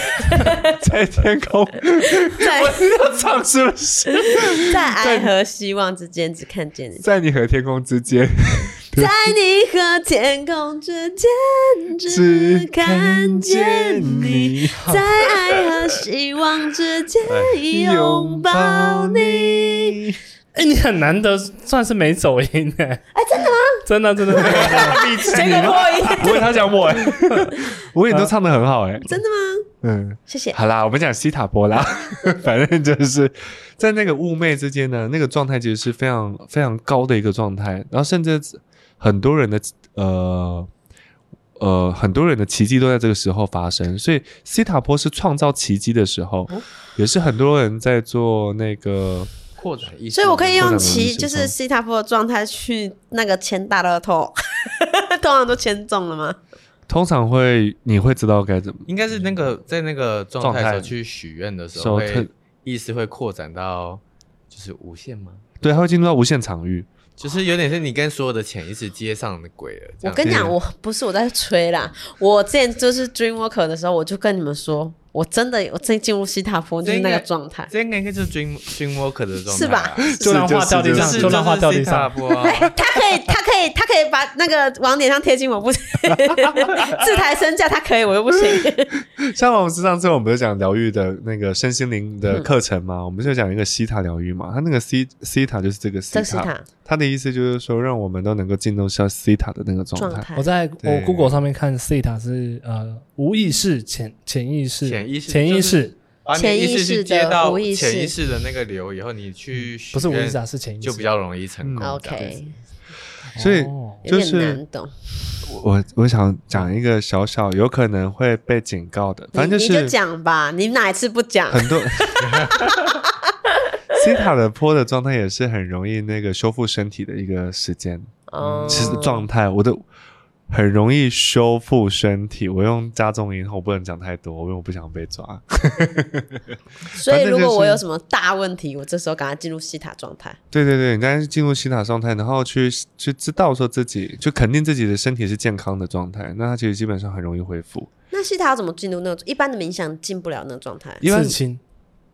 A: 在天空
B: 在
A: 要唱是不是？
B: 在爱和希望之间，只看见你，
A: 在你和天空之间，
B: 在你和天空之间，只看见你。。在爱和希望之间哎拥抱你。
A: 你。
C: 哎、你很难得算是没走音哎、哎、真的吗？真的真的
B: 结果破音，
A: 我以为他讲我、欸，我以为你都唱的很好哎、
B: 真的吗？
A: 嗯，
B: 谢谢。
A: 好啦，我们讲西塔波啦，反正就是在那个雾昧之间呢，那个状态其实是非常非常高的一个状态，然后甚至很多人的呃，呃，很多人的奇迹都在这个时候发生，所以西塔坡是创造奇迹的时候，也是很多人在做那个
D: 扩展意识，
B: 所以我可以
A: 扩展
B: 用
A: 能力
B: 骑
A: 是
B: 就是
A: 吗
B: 西塔坡的状态去那个签大乐透， 通常都签中了吗？
A: 通常会你会知道该怎么
D: 应该是那个在那个状态的时
A: 状态
D: 候去许愿的时
A: 时候
D: 候，
A: 特
D: 会意识会扩展到就是无限吗？
A: 对，它会进入到无限场域。
D: 就是有点是你跟所有的潜意识接上的轨了。
B: 我
D: 这样
B: 跟你讲，
A: 对
B: 我不是我在吹啦，我之前就是 Dream Walker 的时候，我就跟你们说，我真的我真进入西塔坡就是那个状态，
D: 这应该就是 dream dream worker 的状态
B: 是
D: 啊，
B: 吧？
C: 就让话掉地
D: 就
C: 上，
D: 是
C: 啊就让话掉地上。
D: 波啊，
B: 他可以，他可以，他可以把那个往脸上贴金，我不行。自抬身价，他可以，我又不行。
A: 像我们是上次我们不是讲疗愈的那个身心灵的课程
B: 嗯
A: 嘛，我们就讲一个西塔疗愈嘛，它那个西西塔就是这个西
B: 这是
A: 塔，
B: 他
A: 它的意思就是说，让我们都能够进入像西塔的那个状
B: 状
A: 态。
B: 态
C: 我。在我
A: 对
C: Google 上面看 theta 是呃无意识、潜潜意识、
D: 潜意识
C: 潜意
D: 就是
C: 识，
D: 把你
B: 潜
D: 意
B: 意
D: 识
B: 识
D: 去接
B: 的
D: 到
B: 无意识
D: 潜意识的那个流以后，你去许
C: 不是无意
D: 愿
C: 识啊，是潜意识，
D: 就比较容易成功。
A: 嗯
B: OK，
A: 所以
C: 哦
B: 有
A: 就是
B: 点难懂。
A: 我我想讲一个小小有可能会被警告的，反正
B: 你
A: 就
B: 你
A: 是
B: 就讲吧，你哪一次不讲？
A: 很多 西塔的坡的状态也是很容易那个修复身体的一个时间，
B: 哦
A: 嗯其实状态我的很容易修复身体。我用加重音，我不能讲太多，因为我不想被抓。
B: 所以
A: 反正
B: 如
A: 就
B: 果我
A: 是
B: 有什么大问题，我这时候赶快进入西塔状态。
A: 对对对，你刚才进入西塔状态，然后去去知道说自己，就肯定自己的身体是健康的状态，那它其实基本上很容易恢复。
B: 那西塔要怎么进入那种？一般的冥想进不了那个状态，
A: 因为
C: 刺青，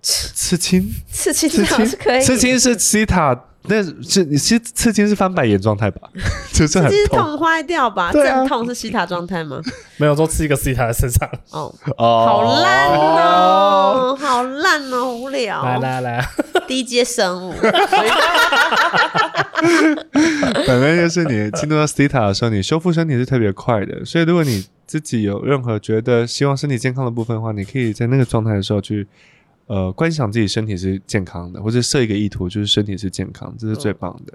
A: 刺青，
B: 刺青
A: 刺
B: 倒
A: 青
B: 是可以，
A: 刺青是西塔，那是你是刺青是翻白眼状态吧？ 就是很
B: 这是
A: 痛
B: 痛坏掉吧？
A: 对啊
B: 阵痛是西塔状 态吗？
C: 没有说刺一个 theta 在身上。
B: 哦，
A: 哦
B: 好烂哦，好烂哦，无
C: 来
B: 聊，
C: 来啊来，
B: 低阶生物。
A: 反正就是你进入到 theta 的时候，你修复身体是特别快的。所以如果你自己有任何觉得希望身体健康的部分的话，你可以在那个状态的时候去，呃，观想自己身体是健康的，或者设一个意图，就是身体是健康，这是最棒的。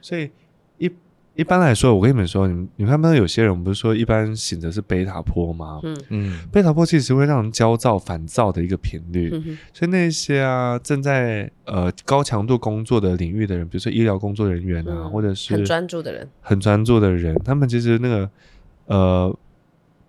A: 所以一一般来说，我跟你们说，你们你们看到有些人，我们不是说一般醒着是贝塔波吗？
B: 嗯
D: 嗯，
A: 贝塔波其实会让人焦躁、烦躁的一个频率。
B: 嗯哼
A: 所以那些啊正在呃高强度工作的领域的人，比如说医疗工作人员啊，
B: 嗯
A: 或者是
B: 很专注的人，
A: 很专注的人，他们其实那个呃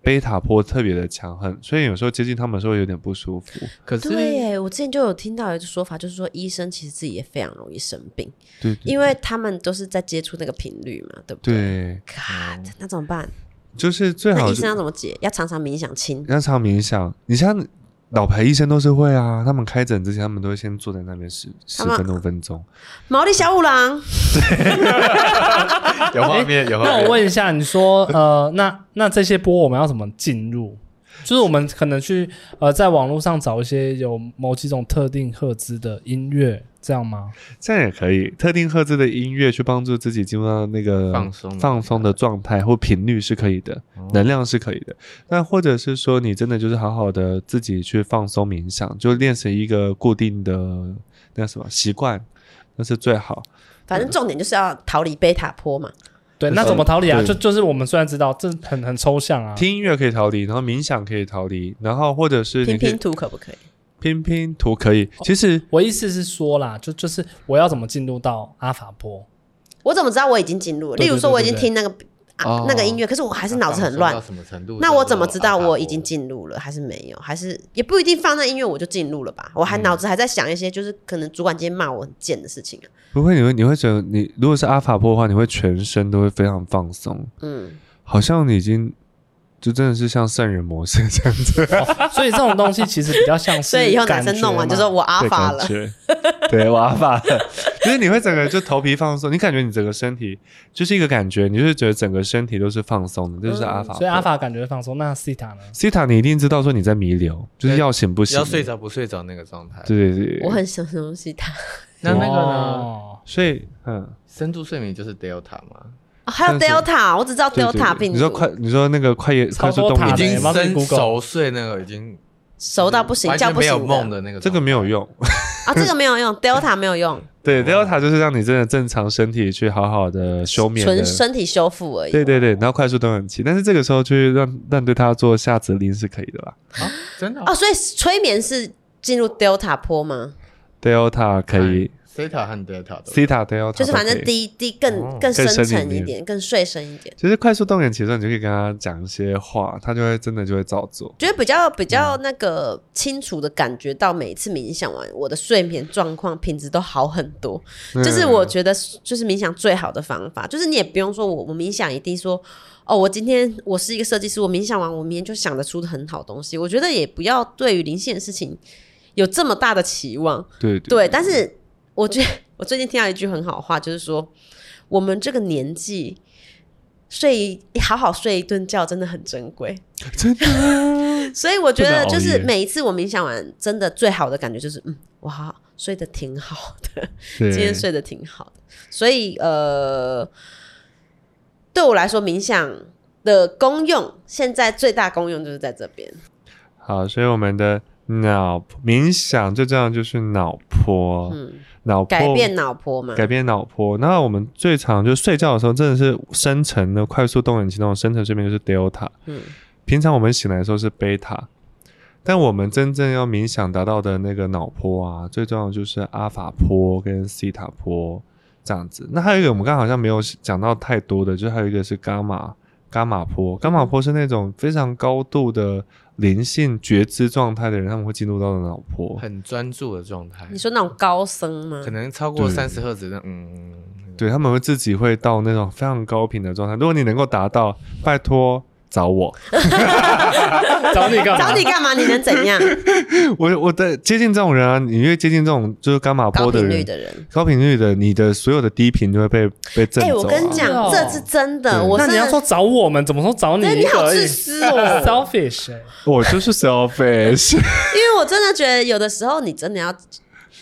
A: 贝塔波特别的强悍，所以有时候接近他们的时候有点不舒服。
D: 可是
B: 对耶，我之前就有听到一个说法，就是说医生其实自己也非常容易生病，
A: 对对
B: 因为他们都是在接触那个频率嘛，对不对
A: 对，
B: ？God，那
D: 嗯
B: 怎么办？
A: 就是最
B: 那
A: 好
B: 医生
A: 是
B: 要怎么解？要常常冥想清，
A: 让常冥想。你像老牌医生都是会啊，他们开诊之前，他们都会先坐在那边十十
B: 他们
A: 分钟分钟。
B: 毛利小五郎，
D: 有
B: 哎
D: 画面有画
C: 那我
D: 面，
C: 问一下，你说呃，那那这些波我们要怎么进入？就是我们可能去呃，在网络上找一些有某几种特定赫兹的音乐，这样吗？
A: 这样也可以，特定赫兹的音乐去帮助自己进入到那个
D: 放松的
A: 放松的状态或频率是可以的，能量是可以的。那或者是说，你真的就是好好的自己去放松冥想，就练成一个固定的那什么习惯，那是最好。
B: 反正重点就是要逃离贝塔坡嘛。
C: 对，
A: 就是
C: 那怎么逃离啊？
A: 对
C: 就就是我们虽然知道这很很抽象啊，
A: 听音乐可以逃离，然后冥想可以逃离，然后或者是你
B: 拼
A: 可以
B: 拼图可不可以？
A: 拼拼图可以。其实
C: 我意思是说啦，就就是我要怎么进入到阿法波？
B: 我怎么知道我已经进入了？
C: 对
B: 例
C: 对
B: 如说，
C: 对
B: 我已经
C: 对
B: 听那个啊
D: 哦
B: 那个音乐，可是我还是脑子很乱
D: 到。什么程度？
B: 那我怎么知
D: 啊
B: 道我已经？进入了，还是没有？还是也不一定放那音乐我就进入了吧？我还脑子还在想一些，就是可能主管今天骂我很贱的事情啊。
A: 不会，你会你会觉得你如果是阿法波的话，你会全身都会非常放松，
B: 嗯，
A: 好像你已经就真的是像圣人模式这样子。
C: 所以这种东西其实比较像是，
B: 所以以后男生弄完就说我阿
A: 对，
B: 法
A: 感
B: 了，
A: 觉，对，我阿法了，就是你会整个就头皮放松，你感觉你整个身体就是一个感觉，你就是觉得整个身体都是放松的，这就是阿法、
C: 所以阿。法感觉放松，那西塔呢？
A: 西塔，你一定知道说你在弥留，就是要醒不
D: 只
A: 醒，
D: 要睡。着不睡着那个状态。
A: 对对对对，
B: 我很想什么西塔
D: 那那个呢？
C: 哦
A: 所以嗯，
D: 深度睡眠就是 delta 嘛，
B: 哦，还有
A: 但是
B: Delta，我只知道
A: 对对对
B: Delta 病
A: 你说快
B: 毒，，
A: 你说那个快夜快
C: 超
A: 速
C: 多
A: 动
C: 塔
A: 眼
D: 已
C: 的
A: 睛
D: 经
C: 麻烦
D: 深
C: Google
D: 熟睡那个已经
B: 熟到不行，
D: 完
B: 叫
D: 全
B: 不
D: 没有
B: 醒
D: 梦
B: 的
D: 的那个状态，
A: 这个没有用，
B: 啊，这个没有用，Delta 没有用，
A: 对，调塔就是让你真的正常身体去好好的休眠的
B: 纯身体修复而已。
A: 对对对，然后快速动眼期，但是这个时候去让让对他做下指令是可以的啦。
D: 啊，真的、
B: 哦，所以催眠是进入 delta 坡吗？
A: Delta 可以
D: t h e t a 和 Delta 都
A: ，Theta Delta
B: 就是反
A: 都可
B: 正
A: 以哦
B: 低低更更深
A: 更深
B: 沉
A: 一
B: 一
A: 点
B: 点，更睡深一点。
A: 其实快速动眼期的时候，你就可以跟他讲一些话，他就会真的就会照做。
B: 觉得比较比较
A: 嗯
B: 那个清楚的感觉到，每一次冥想完，我的睡眠状况品质都好很多。
A: 嗯
B: 就是我觉得就是冥想最好的方法，就是你也不用说我我冥想一定说哦，我今天我是一个设计师，我冥想完我明天就想得出很好东西。我觉得也不要对于灵性的事情有这么大的期望，
A: 对
B: 对，但是我觉得 我最近听到一句很好的话，就是说我们这个年纪睡一好好睡一顿觉真的很珍贵，
A: 真
B: 的。所以我觉
A: 不能
B: 得
A: 熬
B: 就是
A: 夜
B: 每一次我冥想完，真的最好的感觉就是嗯，我好好睡得挺好的，
A: 对
B: 今天睡得挺好的。所以呃，对我来说冥想。的功用，现在最大功用就是在这边。
A: 好，所以我们的脑冥想最重要的就是脑波，
B: 嗯，
A: 脑波
B: 改变脑波嘛，
A: 哦改变脑波。那我们最常就睡觉的时候，真的是深层的快速动眼期那种深层睡眠就是 Delta，
B: 嗯，
A: 平常我们醒来的时候是贝塔，但我们真正要冥想达到的那个脑波啊，最重要的就是阿法波跟西塔波这样子。那还有一个我们刚刚好像没有讲到太多的，就是还有一个是伽马伽马波，伽马波是那种非常高度的灵性觉知状态的人，他们会进入到的脑波。
D: 很专注的状态
B: 你，说那种高僧吗？
D: 可能超过
A: 对
D: 三十赫兹的，嗯，
A: 对，他们会自己会到那种非常高频的状态。如果你能够达到，拜托找我。
C: 找你干嘛？
B: 找你干嘛？你能怎样？
A: 我我的接近这种人啊，你越接近这种就是伽马
B: 高
A: 波的
B: 频率
A: 人，
B: 的人。
A: 高频率的，你的所有的低频就会被被震
B: 哎、
A: 走、啊。
B: 我跟你
C: 是
B: 讲
C: 哦，
B: 这是真的。
A: 对
B: 我
C: 那
B: 真
C: 你
B: 的
C: 要说找我们，怎么说找你
B: 对
C: 一
B: 你好
C: 个而已
B: 自私哦
C: ，selfish 欸。
A: 我就是 selfish，
B: 因为我真的觉得有的时候你真的要，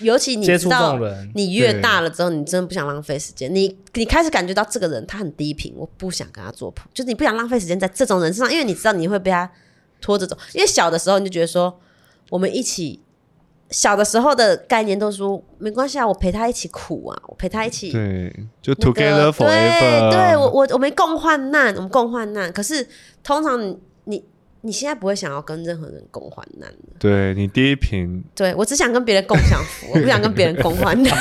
B: 尤其你
C: 接
B: 知
C: 触这
B: 道
C: 种人
B: 你越大了之后，你真的不想浪费时间。你你开始感觉到这个人他很低频，我不想跟他做朋友，就是你不想浪费时间在这种人身上，因为你知道你会被他拖着走。因为小的时候你就觉得说，我们一起。小的时候的概念都说没关系啊，我陪他一起苦啊，我陪他一起
A: 对，就
B: 那个
A: together forever。
B: 对，对我我我们共患难，我们共患难。可是通常你你你现在不会想要跟任何人共患难的
A: 对你低频，
B: 对我只想跟别人共享福，我不想跟别人共患 难，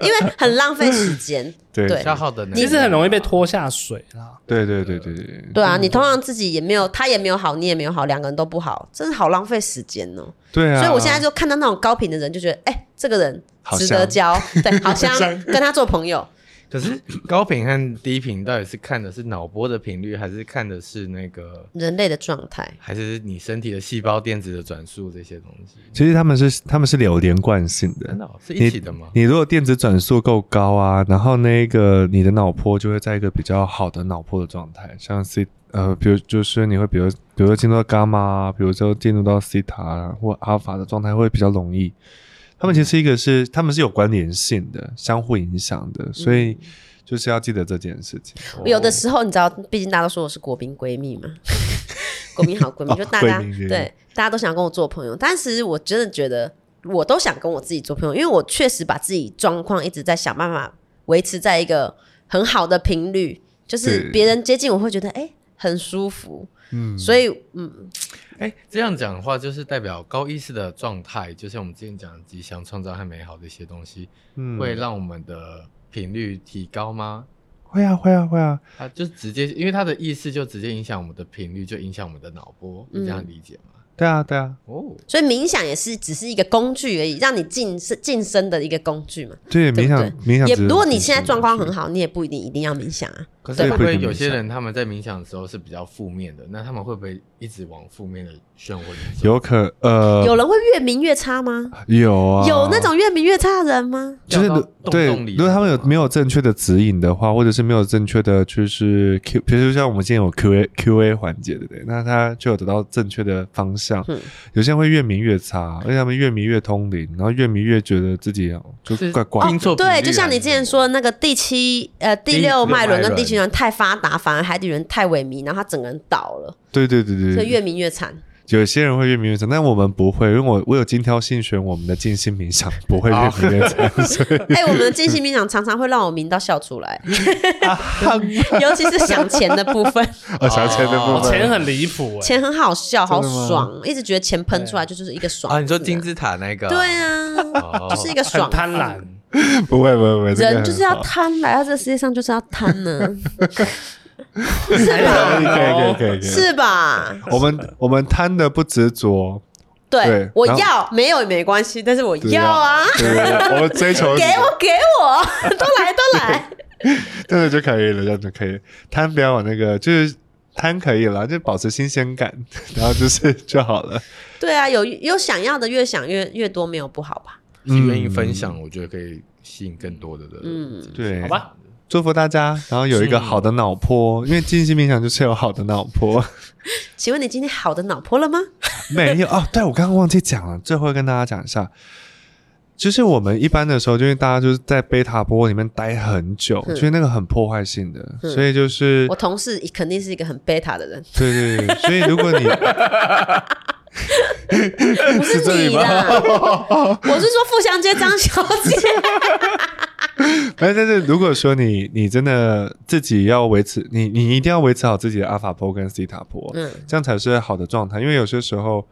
B: 因为很浪费时间。
A: 对
B: 对
A: 对
D: 消耗的能量，
C: 其实很容易被拖下水啦。
A: 对对对对
B: 对啊，你通常自己也没有，他也没有好，你也没有好，两个人都不好，真的好浪费时间哦。
A: 对啊！
B: 所以我现在就看到那种高频的人，就觉得哎、这个人
A: 好
B: 值得
A: 香
B: 交，对，好像 跟他做朋友。
D: 可是高频和低频到底是看的是脑波的频率，还是看的是那个，
B: 人类的状态，
D: 还是你身体的细胞电子的转速这些东西？
A: 其实他们是他们是有连贯性
D: 真
A: 的。
D: 的哦是一起的吗？
A: 你如果电子转速够高啊，然后那个你的脑波就会在一个比较好的脑波的状态，像 C 呃，比如就是你会比如比如说进入到伽马啊，比如说进入到西塔啊或阿尔法的状态会比较容易。他们其实一个是他们是有关联性的，相互影响的，所
B: 嗯
A: 以就是要记得这件事情。
B: 有的时候你知道，毕竟大家都说我是国民闺蜜 嘛，国民好闺蜜，
A: 哦
B: 就大家
A: 闺蜜闺蜜
B: 对大家都想跟我做朋友，但其实我真的觉得我都想跟我自己做朋友，因为我确实把自己状况一直在想办法维持在一个很好的频率，就是
A: 对
B: 别人接近我会觉得哎、很舒服，
A: 嗯，
B: 所以嗯
D: 哎，这样讲的话，就是代表高意识的状态，就像我们之前讲的吉祥、创造和美好的一些东西，
A: 嗯
D: 会让我们的频率提高吗？
A: 会啊会啊会啊，
D: 它就直接，因为它的意识就直接影响我们的频率，就影响我们的脑波，你这
B: 嗯
D: 样理解吗？
A: 对啊对啊，
D: 哦，
B: 所以冥想也是只是一个工具而已，让你晋升晋升的一个工具嘛。
A: 对
B: 对
A: 冥
B: 不
A: 想
B: 对
A: 冥想
B: 也
A: 只是
B: 如果你现在状况很
A: 好，
B: 好，你也不一定一定要冥想啊。
D: 可是
A: 对
D: 会
A: 不
D: 不
A: 一
D: 会
A: 定
D: 有些
A: 冥想
D: 人他们在冥想的时候是比较负面的？那他们会不会一直往负面的漩涡里走？
A: 有可呃
B: 有人会越冥越差吗？
A: 有啊
B: 有那。种越明越差的人吗？
A: 就是
D: 掉到洞
A: 对
D: 洞里，
A: 如果他们有
D: 那种吗
A: 没有正确的指引的话，或者是没有正确的就是 Q，比如说像我们现在有 Q A Q A 环节，对不对？那他就有得到正确的方向。
B: 嗯
A: 有些人会越迷越差，而且他们越迷越通灵，然后越迷越觉得自己哦就是怪怪。
D: 听错频率
B: 哦对，
D: 啊
B: 就像你之前说的那个第七呃第
D: 第
B: 六脉轮
D: 六脉
B: 跟
D: 轮
B: 第七轮太发达，反而海底轮太萎靡，然后他整个人倒了，
A: 对对对对
B: 所
A: 对，
B: 以越明越惨。
A: 有些人会越冥越长，但我们不会，因为我我有精挑细选，我们的静心冥想不会越冥越长，所以
B: 哎、我们的静心冥想常常会让我鸣到笑出来，尤其是想钱的部分，
A: 哦，小钱的部
C: 哦，
A: 分，
C: 钱很离谱哎，
B: 钱很好笑，好
D: 真的吗
B: 爽，一直觉得钱喷出来就就是一个爽字啊、
D: 啊，你说金字塔那个？
B: 对，啊，
D: 哦
B: 就是一个爽
C: 很
B: 字
C: 贪婪。
A: 不会不会不会，这个
B: 人就是
A: 很
B: 要
A: 好
B: 贪，来到这个世界上就是要贪呢、是
A: 可以
B: 吧？
A: 可以可以可以，可以
B: 是吧？
A: 我们我们贪的不执着，
B: 对，
A: 对
B: 我
A: 然后
B: 要没有也没关系，但是我
A: 对
B: 要啊，
A: 对对对我们追求
B: 给我给我， 都来都来，
A: 这个就可以了，这样就可以了。贪不要往那个，就是贪可以了，就保持新鲜感，然后就是就好了。
B: 对啊，有有想要的，越想越越多，没有不好吧？
D: 愿
A: 嗯
D: 意分享，我觉得可以吸引更多的人。
B: 嗯，
A: 对，
C: 好，吧，
A: 祝福大家，然后有一个好的脑波，因为静心冥想就是有好的脑波。
B: 请问你今天好的脑婆了吗？
A: 没有哦，对我刚刚忘记讲了，最后跟大家讲一下，就是我们一般的时候，就是大家就是在贝塔波里面待很久，
B: 嗯
A: 所以那个很破坏性的，
B: 嗯
A: 所以就是
B: 我同事肯定是一个很贝塔 的人，
A: 对对对，所以如果你
B: 不是 你啦，我是说富祥街张小姐，
A: 哎，但是如果说你你真的自己要维持，你你一定要维持好自己的阿法波跟西塔波，
B: 嗯
A: 这样才是好的状态。因为有些时候，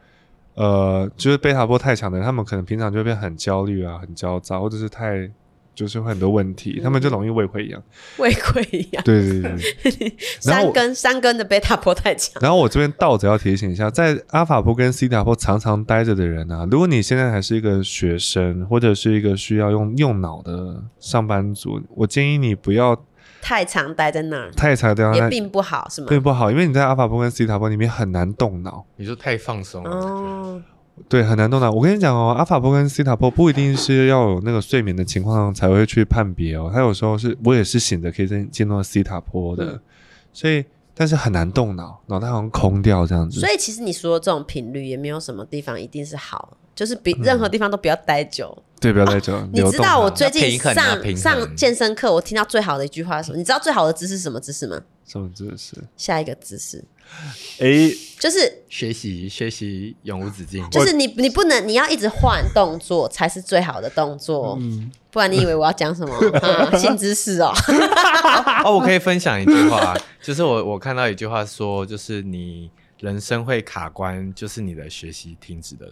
A: 呃，就是贝塔波太强的人，他们可能平常就会变很焦虑啊，很焦躁，或者是太就是会很多问题，他们就容易胃溃疡。
B: 胃溃一样，
A: 嗯对对对对。 然后
B: 三
A: 我
B: 根三根的贝塔波太 强。
A: 然后我这边倒着要提醒一下，在阿法波跟西塔波常常待着的人啊，如果你现在还是一个学生，或者是一个需要用用脑的上班族，我建议你不要
B: 太常待在那儿
A: 太长掉
B: 也
A: 啊那
B: 并不好，是吗？
A: 并不好，因为你在阿法波跟西塔波里面很难动脑，
D: 你说太放松了，
B: 哦，
A: 对，很难动脑。我跟你讲哦，阿法波跟西塔波不一定是要有那个睡眠的情况才会去判别哦，它有时候是我也是醒着可以进进入到西塔波的，
B: 嗯
A: 所以但是很难动脑，脑袋好像空掉这样子
B: 所。以其实你说的这种频率也没有什么地方一定是好，就是
D: 嗯
B: 比任何地方都不要待久。
A: 对，不要再讲、
B: 你
A: 流
B: 知
A: 动
B: 道
A: 脑
B: 我最
D: 啊要
B: 近
D: 平衡啊
B: 上、
D: 平衡
B: 上健身课，我听到最好的一句话是什么？你知道最好的姿势是什么姿势吗？
A: 什么姿势？
B: 下一个姿势
A: 诶，
B: 就是
D: 学习学习永无止境。
B: 就是你你不能你要一直换动作才是最好的动作，
D: 嗯
B: 不然你以为我要讲什么 啊新姿势哦？
D: 哦，我可以分享一句话， 就是我我看到一句话说，就是你人生会卡关，就是你的学习停止的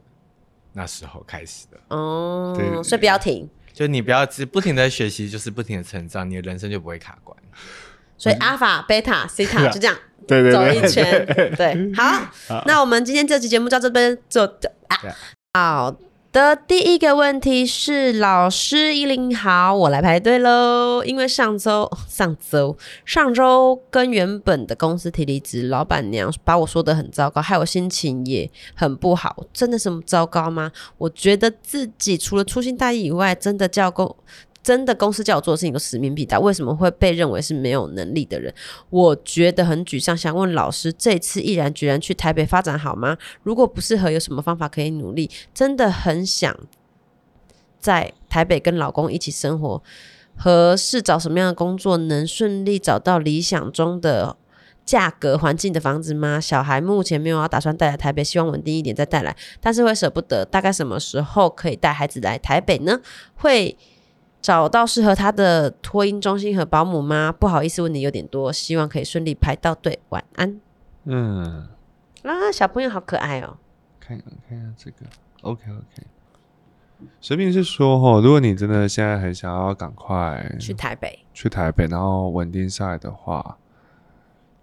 D: 那时候开始的。
A: 对
B: 哦
A: 对，
B: 所以不要停。
D: 就你不要只不停的学习，就是不停的成长，你的人生就不会卡关。
B: 所以阿法、贝塔、西塔就这样
A: 嗯啊 对对
B: 走
A: 对，
B: 一圈。 对，好，那我们今天这期节目到这边做的
D: 对啊
B: 啊。好的，第一个问题是老师一零好，我来排队喽。因为上周、 上周、上周跟原本的公司提离职，老板娘把我说的很糟糕，害我心情也很不好。真的什么糟糕吗？我觉得自己除了粗心大意以外，真的叫公，真的公司叫我做的事情都使命必达，为什么会被认为是没有能力的人？我觉得很沮丧，想问老师，这次毅然决然去台北发展好吗？如果不适合，有什么方法可以努力？真的很想在台北跟老公一起生活，合适找什么样的工作，能顺利找到理想中的价格环境的房子吗？小孩目前没有要打算带来台北，希望稳定一点再带来，但是会舍不得。大概什么时候可以带孩子来台北呢？会找到适合他的托婴中心和保姆吗？不好意思，问题有点多，希望可以顺利排到队。晚安
A: 嗯，
B: 啊，小朋友好可爱哦。
A: 看一下看一下这个，OK OK。随便是说哈，如果你真的现在很想要赶快
B: 去台北，
A: 去台北，然后稳定下来的话，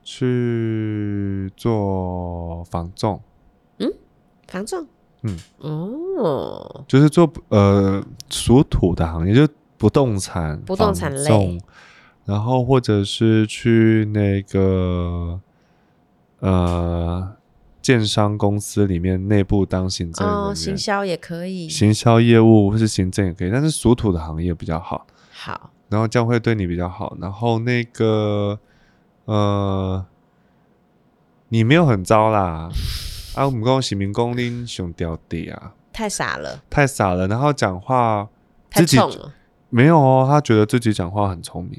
A: 去做房仲，
B: 房仲，
A: 嗯，
B: 哦，
A: 就是做呃属土的行业，就是不动产、
B: 不动产类
A: 房仲，然后或者是去那个呃建商公司里面内部当行政人员，
B: 哦，行销也可以，
A: 行销业务或是行政也可以，但是属土的行业比较好，
B: 好，
A: 然后这样会对你比较好。然后那个呃，你没有很糟 啦，啊，我们讲是民工拎熊掉地啊，
B: 太傻了，
A: 太傻了，然后讲话
B: 太
A: 自己
B: 冲了，
A: 没有哦，他觉得自己讲话很聪明，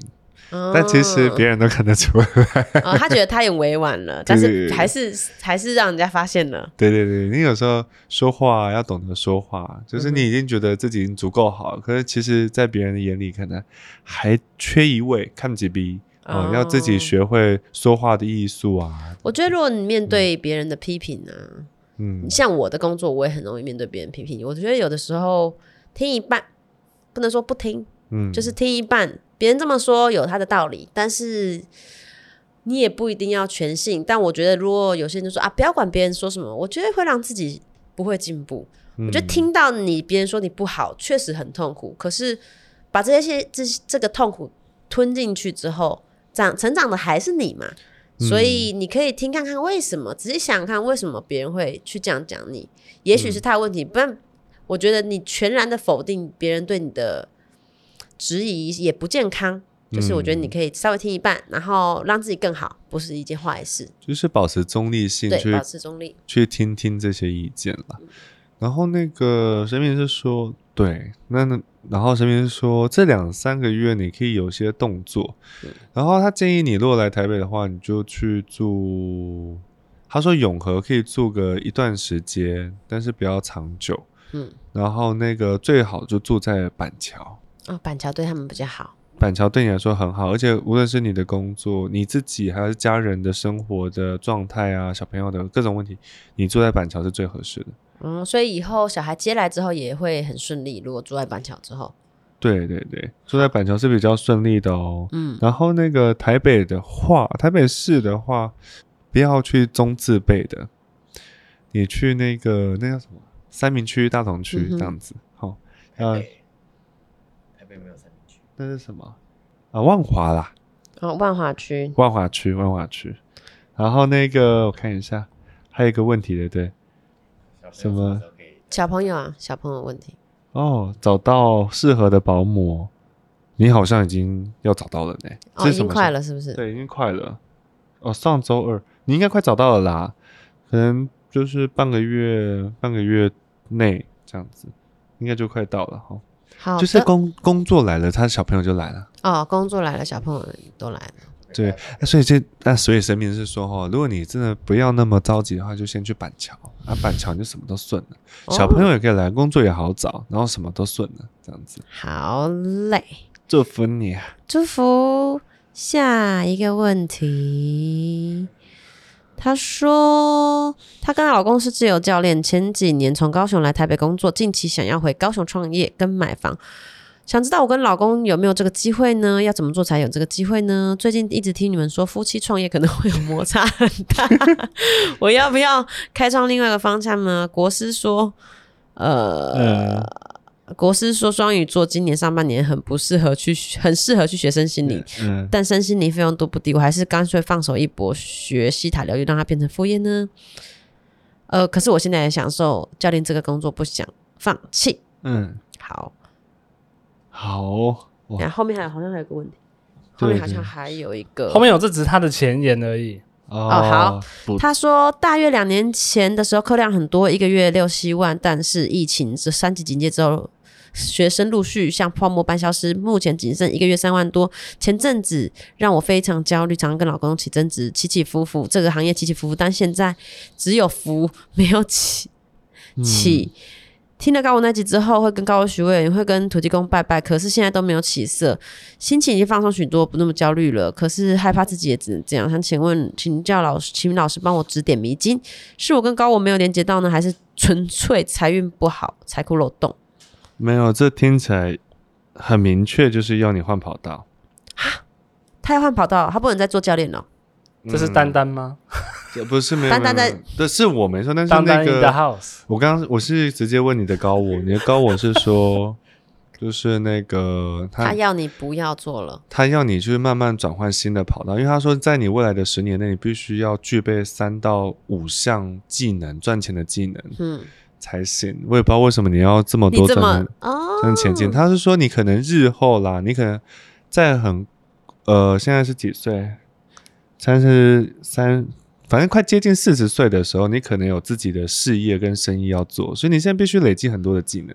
B: 嗯
A: 但其实别人都看得出来。
B: 人、哦，他觉得他也委婉了，但
A: 对对
B: 是
A: 对
B: 还是还是让人家发现了。
A: 对对对，你有时候说话要懂得说话，就是你已经觉得自己已经足够
B: 嗯
A: 好，可是其实，在别人的眼里可能还缺一位，看不起逼哦，
B: 哦
A: 要自己学会说话的艺术啊。
B: 我觉得如果你面对别人的批评呢、啊，
A: 嗯，
B: 像我的工作，我也很容易面对别人批评。我觉得有的时候听一半，不能说不听，
A: 嗯，
B: 就是听一半。别人这么说有他的道理，但是你也不一定要全信。但我觉得，如果有些人就说啊，不要管别人说什么，我觉得会让自己不会进步。
A: 嗯
B: 我觉得听到你别人说你不好，确实很痛苦。可是把这些这这个痛苦吞进去之后，长成长的还是你嘛。
A: 嗯
B: 所以你可以听看看为什么，仔细想想看为什么别人会去这样讲你。也许是
A: 嗯
B: 他的问题，不然我觉得你全然的否定别人对你的质疑也不健康。就是我觉得
A: 嗯
B: 你可以稍微听一半，然后让自己更好，不是一件坏事。
A: 就是保持中立性
B: 对，
A: 去
B: 保持中立。
A: 去听听这些意见啦。然后那个神明是说，对，那那然后神明是说，这两三个月你可以有些动作。然后他建议你，如果来台北的话，你就去住。他说永和可以住个一段时间，但是不要长久。
B: 嗯，
A: 然后那个最好就住在板桥，
B: 啊、板桥对他们比较好。
A: 板桥对你来说很好，而且无论是你的工作、你自己还是家人的生活的状态啊，小朋友的各种问题，你住在板桥是最合适的。
B: 嗯，所以以后小孩接来之后也会很顺利。如果住在板桥之后，
A: 对对对，住在板桥是比较顺利的哦。
B: 嗯，
A: 然后那个台北的话，台北市的话，不要去中字辈的，你去那个那叫什么三明区、大同区
B: 嗯哼
A: 这样子。好、
D: 台
A: 呃，
D: 北，台北没有三明区。
A: 那是什么啊？万华啦，
B: 哦，万华区，
A: 万华区，万华区。然后那个我看一下，还有一个问题的，对什么
D: 小朋友什么时候可以
B: 小朋友啊，小朋友问题，
A: 哦，找到适合的保姆，你好像已经要找到了呢。
B: 哦，
A: 是
B: 已
A: 什么
B: 经
A: 时候
B: 快了是不是？
A: 对，已经快了。哦，上周二你应该快找到了啦，可能就是半个月半个月内这样子，应该就快到了哈。
B: 好的，
A: 就是工工作来了，他小朋友就来了。
B: 哦，工作来了，小朋友都来了。
A: 对，那所以这那所以神明是说哦哈，如果你真的不要那么着急的话，就先去板桥啊，板桥你就什么都顺了，小朋
B: 哦、
A: 友也可以来，工作也好找，然后什么都顺了，这样子。
B: 好嘞，
A: 祝福你啊，
B: 祝福下一个问题。她说，她跟她老公是自由教练，前几年从高雄来台北工作，近期想要回高雄创业跟买房。想知道我跟老公有没有这个机会呢？要怎么做才有这个机会呢？最近一直听你们说夫妻创业可能会有摩擦 很大，我要不要开创另外一个方向呢？国师说，呃，国师说双鱼座今年上半年很不适合去，很适合去学生心理，
A: 嗯，
B: 但身心灵费用都不低，我还是干脆放手一搏，学西塔疗愈，让它变成副业呢。呃，可是我现在也享受教练这个工作，不想放弃。
A: 嗯，
B: 好，
A: 好，哦哇
B: 然后后面还有好像还有个问题，后
A: 对
B: 面好像
A: 对
B: 还有一个，
C: 后面有这只是他的前言而已。
A: 哦
B: 好，
A: 不
B: 他说，大约两年前的时候，客量很多，一个月六七万，但是疫情这三级警戒之后，学生陆续像泡沫般消失，目前仅剩一个月三万多。前阵子让我非常焦虑，常常跟老公起争执，起起伏伏，这个行业起起伏伏，但现在只有伏没有起
A: 嗯
B: 起。听了高文那集之后，会跟高文许愿，也会跟土地公拜拜，可是现在都没有起色，心情已经放松许多，不那么焦虑了。可是害怕自己也只能这样。想请问，请教老师，请老师帮我指点迷津，是我跟高文没有连接到呢，还是纯粹财运不好，财库漏洞？
A: 没有，这听起来很明确，就是要你换跑道。
B: 他要换跑道，他不能再做教练了。
C: 这是丹丹吗？
A: 嗯这不是没有，
B: 单单
A: 没有
B: 在
A: 没有这是我没错，但是
C: 丹
A: 那
C: 丹 in the
A: 个
C: house。
A: 我刚刚我是直接问你的高我，你的高我是说，就是那个
B: 他
A: 他
B: 要你不要做了。
A: 他要你去慢慢转换新的跑道，因为他说在你未来的十年内，你必须要具备三到五项技能赚钱的技能
B: 嗯，
A: 才行。我也不知道为什么你要这么
B: 你
A: 多
B: 这
A: 才能
B: 么哦，
A: 这样前进。他是说你可能日后啦，你可能在很呃，现在是几岁？三十三，反正快接近四十岁的时候，你可能有自己的事业跟生意要做，所以你现在必须累积很多的技能。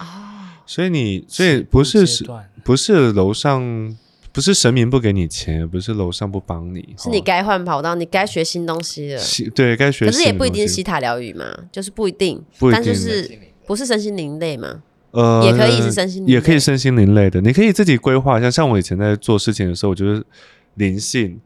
B: 哦，
A: 所以你，所以不是
C: 起步阶段
A: 不是楼上不是神明不给你钱，也不是楼上不帮你，
B: 是你
A: 哦
B: 该换跑道，你该学新东西了。
A: 西对该学
B: 可
A: 新的东西，
B: 是也不一定是西塔疗愈嘛，就是不一定，
A: 不一定
B: 但就是不是身心灵类嘛？
A: 呃，
B: 也可以是身心灵类
A: 也可以身心灵类的。你可以自己规划一下。像我以前在做事情的时候，我就是灵性，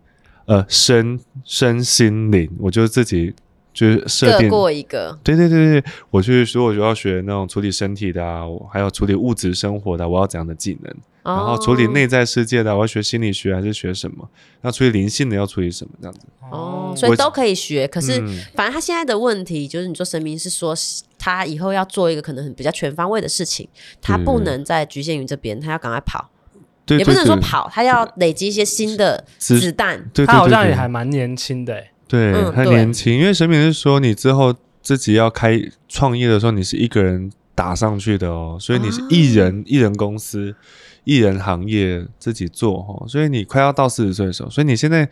A: 呃，身身心灵，我就自己就是设
B: 各
A: 定。
B: 过一个，
A: 对对对对，我去如果我要学那种处理身体的啊，我还有处理物质生活的啊，我要怎样的技能？
B: 哦
A: 然后处理内在世界的啊，我要学心理学还是学什么？那处理灵性的要处理什么？这样子。
B: 哦，哦所以
A: 我
B: 都可以学。可是
A: 嗯
B: 反正他现在的问题就是，你说神明是说他以后要做一个可能很比较全方位的事情，他
A: 对
B: 不能再局限于这边，他要赶快跑，
A: 对
B: 也
A: 对
B: 不
A: 对，
B: 能说跑，他要累积一些新的
A: 子
B: 子弹。
A: 对，对对
C: 他好像
A: 对
C: 也还蛮年轻的欸，
A: 对，
B: 嗯
A: 还
B: 对
A: 年轻，因为神明是说你之后自己要开创业的时候，你是一个人打上去的哦，所以你是一
B: 啊
A: 人、一人公司、一人行业自己做哦，所以你快要到四十岁的时候，所以你现在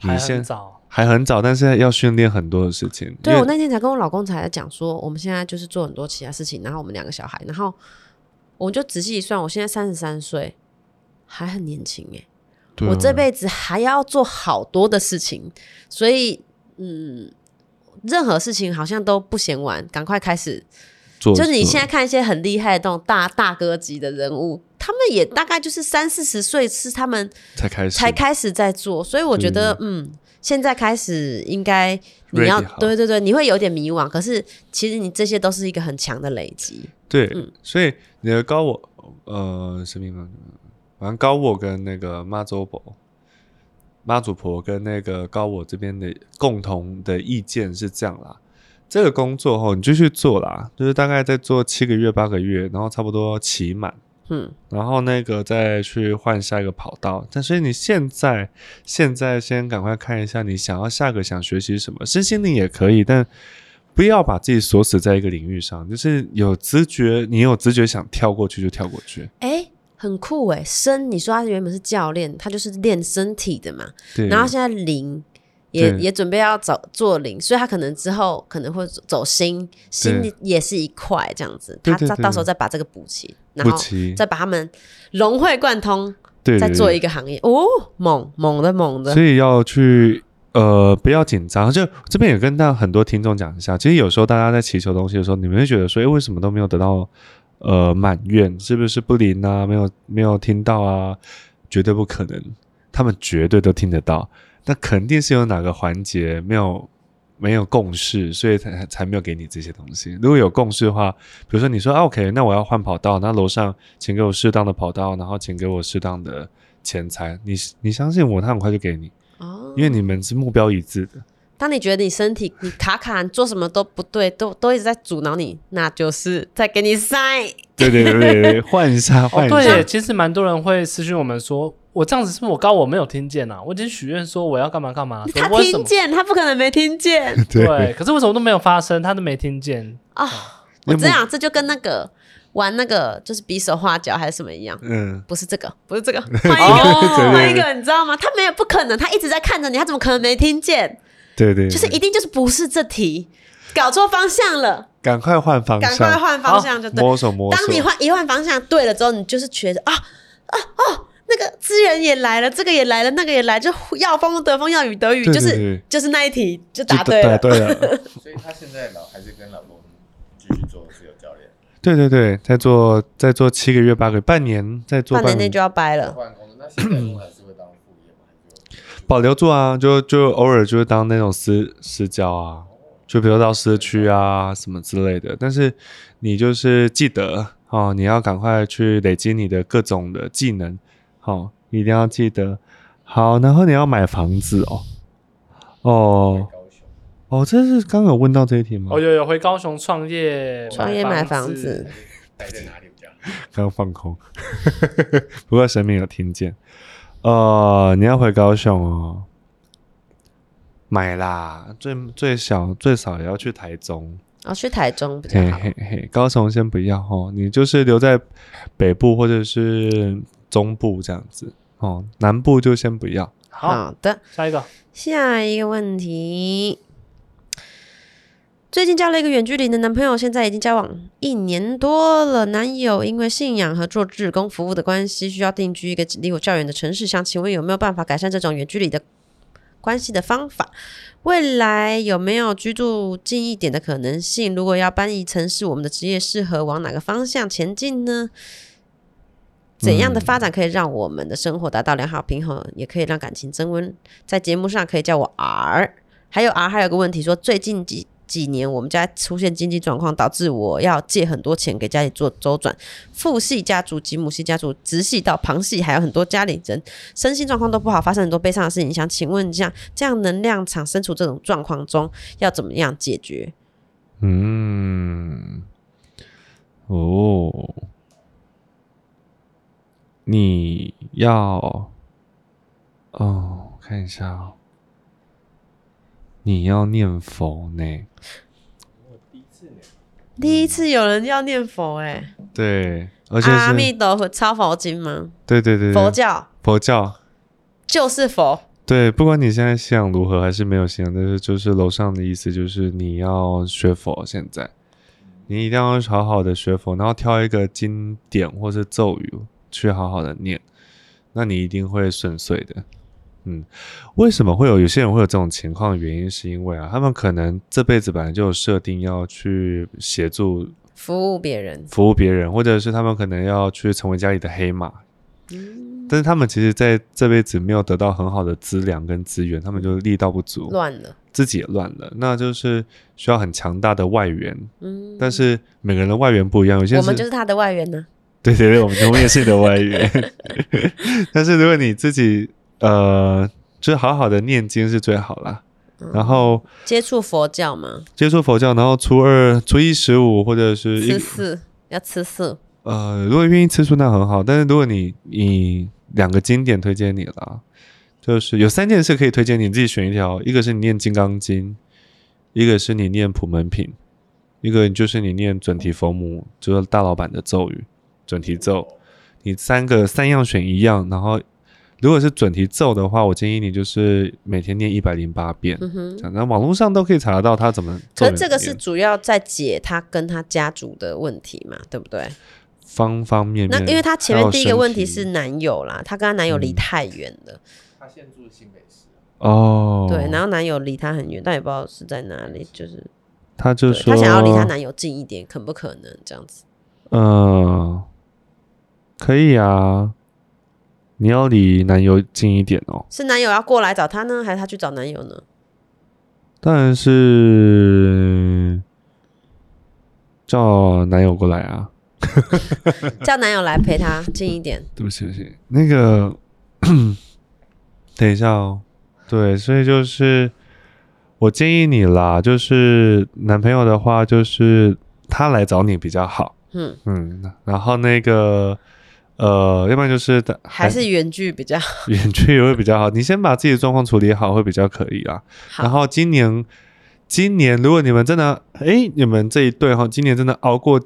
C: 还
A: 你
C: 很
A: 现
C: 早。
A: 还很早，但是要训练很多的事情。
B: 对
A: 因为
B: 我那天才跟我老公才在讲说，我们现在就是做很多其他事情，然后我们两个小孩，然后我就仔细一算，我现在三十三岁，还很年轻哎、
A: 对啊
B: 我这辈子还要做好多的事情，所以嗯，任何事情好像都不嫌晚，赶快开始。
A: 做
B: 就是你
A: 什么
B: 现在看一些很厉害的那种大大哥级的人物，他们也大概就是三四十岁是他们
A: 才开始
B: 才开始在做，所以我觉得，嗯，现在开始应该你
A: Ready
B: 要
A: 好
B: 对对对，你会有点迷惘，可是其实你这些都是一个很强的累积。
A: 对，
B: 嗯
A: 所以你的高我呃神明吗？反正高我跟那个妈祖婆、妈祖婆跟那个高我这边的共同的意见是这样啦。这个工作后你就去做啦，就是大概再做七个月、八个月，然后差不多期满，
B: 嗯，
A: 然后那个再去换下一个跑道。但所以你现在现在先赶快看一下你想要下个想学习什么，身心灵也可以，但不要把自己锁死在一个领域上。就是有直觉，你有直觉想跳过去就跳过去。
B: 哎，很酷哎，身你说他原本是教练，他就是练身体的嘛，
A: 对，
B: 然后现在灵也
A: 对
B: 也准备要找做灵，所以他可能之后可能会走心，心
A: 对
B: 也是一块这样子，
A: 对
B: 他
A: 对
B: 到
A: 对
B: 到时候再把这个补齐，然
A: 不
B: 后
A: 急，
B: 再把他们融会贯通，
A: 对
B: 再做
A: 对
B: 一个行业哦，猛猛的猛的
A: 所。以要去呃，不要紧张。就这边也跟大很多听众讲一下，其实有时候大家在祈求东西的时候，你们会觉得说，诶，为什么都没有得到呃满愿？是不是不灵啊？没有没有听到啊？绝对不可能，他们绝对都听得到。那肯定是有哪个环节没有没有共识，所以才才没有给你这些东西。如果有共识的话，比如说你说、啊、OK，那我要换跑道，那楼上请给我适当的跑道，然后请给我适当的钱财。你你相信我，他很快就给你，
B: 哦，
A: 因为你们是目标一致的。
B: 当你觉得你身体你卡卡，你做什么都不对，都都一直在阻挠你，那就是在给你塞。
A: 对对对对对，换一下，换
C: 哦，
A: 一
C: 对
A: 下。
C: 耶，其实蛮多人会私讯我们说，我这样子是不是我高我没有听见啊？我已经许愿说我要干嘛干嘛，
B: 他
C: 可为什
B: 听
C: 么？
B: 见，他不可能没听见
C: 对，可是为什么都没有发生？他都没听见。
B: 啊、
A: 因
B: 我
A: 为
B: 这
A: 目
B: 样，这就跟那个玩那个就是比手画脚还是什么一样。
A: 嗯，
B: 不是这个，不是这个，换一个，换一个，你知道吗？他没有不可能，他一直在看着你，他怎么可能没听见？
A: 对对，对
B: 就是一定就是不是这题，搞错方向了，
A: 赶快换方
B: 赶快
A: 向，
B: 换方向就对了。
A: 摸手摸手。
B: 当你换一换方向对了之后，你就是觉得啊啊哦，那个资源也来了，这个也来了，那个也来，就要风得风，要雨得雨，
A: 对对
B: 就是
A: 对
B: 就是那一题
A: 就
B: 就答对了。
A: 对了，
D: 所以她现在老还是跟老公继续做自由教练，
A: 对对对，再做再做七个月八个月半年，再做
B: 半
A: 年
B: 年内就要掰了，
D: 换工作。那现在工还是会当副业吗？
A: 保留住啊，就就偶尔就是当那种私私交啊，就比如到社区啊什么之类的。但是你就是记得哦，你要赶快去累积你的各种的技能，好、哦，一定要记得。好，然后你要买房子哦，哦
D: 高雄，
A: 哦，这是刚有问到这一题吗
C: 哦，？有有回高雄创业，
B: 创业买房子，，
D: 待在哪里比较好？
A: 刚刚放空， 不过神明有听见。呃，你要回高雄哦，买啦，最最小最少也要去台中。
B: 然后去台中比较
A: 嘿
B: 好。
A: 嘿嘿，高雄先不要哦，你就是留在北部或者是中部这样子哦，南部就先不要。
C: 好，
B: 好的，
C: 下一个，
B: 下一个问题，最近交了一个远距离的男朋友，现在已经交往一年多了。男友因为信仰和做志工服务的关系，需要定居一个离我较远的城市。想请问有没有办法改善这种远距离的关系的方法？未来有没有居住近一点的可能性？如果要搬移城市，我们的职业适合往哪个方向前进呢？怎样的发展可以让我们的生活达到良好平衡，也可以让感情升温？在节目上可以叫我 R。还有 R 还有个问题说，最近几几年我们家出现经济状况，导致我要借很多钱给家里做周转，父系家族及母系家族、直系到旁系，还有很多家里人身心状况都不好，发生很多悲伤的事情。想请问一下，这样能量场身处这种状况中，要怎么样解决？
A: 嗯，哦，你要哦，我看一下哦，你要念佛呢？
B: 第一次有人要念佛、欸，
A: 对，而且
B: 哎，阿
A: 是，
B: 弥陀佛，抄佛经吗？
A: 对对对，对
B: 佛教
A: 佛教，
B: 就是佛，
A: 对，不管你现在信仰如何，还是没有信仰，但是就是楼上的意思就是你要学佛，现在你一定要好好的学佛，然后挑一个经典或是咒语去好好的念，那你一定会顺遂的。嗯，为什么会有有些人会有这种情况？原因是因为啊，他们可能这辈子本来就有设定要去协助
B: 服务别人。
A: 服务别人，或者是他们可能要去成为家里的黑马。但是他们其实在这辈子没有得到很好的资粮跟资源，他们就力道不足，
B: 乱了，
A: 自己也乱了，那就是需要很强大的外援。
B: 嗯，
A: 但是每个人的外援不一样，有些
B: 我
A: 人
B: 们就是他的外援啊呢、
A: 对对对，我们我们也是你的外援。 但是如果你自己呃，就是好好的念经是最好啦。
B: 嗯
A: 然后
B: 接触佛教嘛，
A: 接触佛教，然后初二、初一十五或者是一
B: 吃素要吃素，
A: 呃，如果愿意吃素那很好，但是如果你你两个经典推荐你啦，就是有三件事可以推荐你，你自己选一条，一个是你念《金刚经》，一个是你念普门品，一个就是你念准提佛母，就是大老板的咒语准提咒。你三个三样选一样，然后如果是准提咒的话，我建议你就是每天念一百零八遍，
B: 嗯哼。
A: 这样那网络上都可以查得到它怎么。
B: 可
A: 咒语
B: 是这个
A: 怎么
B: 是
A: 念
B: 主要在解他跟他家族的问题嘛，对不对？
A: 方方面
B: 那
A: 面，
B: 因为他前
A: 还有
B: 面第一个
A: 身
B: 问题
A: 体
B: 是男友啦，他跟他男友离
A: 嗯
B: 太远了，
D: 他现住新北市，
A: 哦，
B: 对，然后男友离他很远，但也不知道是在哪里，就是
A: 他就
B: 对
A: 说
B: 他想要离他男友近一点，可不可能这样子？
A: 嗯，可以啊。你要离男友近一点哦。
B: 是男友要过来找他呢，还是他去找男 友呢？
A: 当然是叫男友过来啊。
B: 叫男友来陪他近一点，
A: 对不起，对不起，那个 等一下哦。对，所以就是我建议你啦，就是男朋友的话，就是他来找你比较好。
B: 嗯，
A: 嗯，然后那个呃，要不然就是他
B: 还是远距比较好。
A: 远距也会比较好。你先把自己的状况处理好，会比较可以啦。然后今年，今年如果你们真的，哎，你们这一对哈，今年真的熬过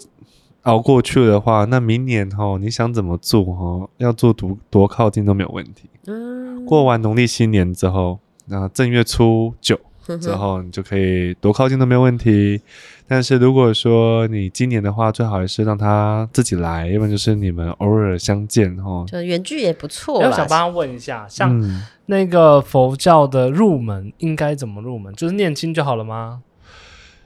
A: 熬过去的话，那明年哈，你想怎么做哈，要做多多靠近都没有问题。
B: 嗯，
A: 过完农历新年之后，那正月初九
B: 哼
A: 之
B: 嗯哼
A: 后，你就可以多靠近都没有问题。但是如果说你今年的话，最好还是让他自己来，要不然就是你们偶尔相见哈。
B: 就远距也不错
C: 我
B: 啦。
C: 想帮他问一下，像
A: 嗯
C: 那个佛教的入门应该怎么入门？就是念经就好了吗？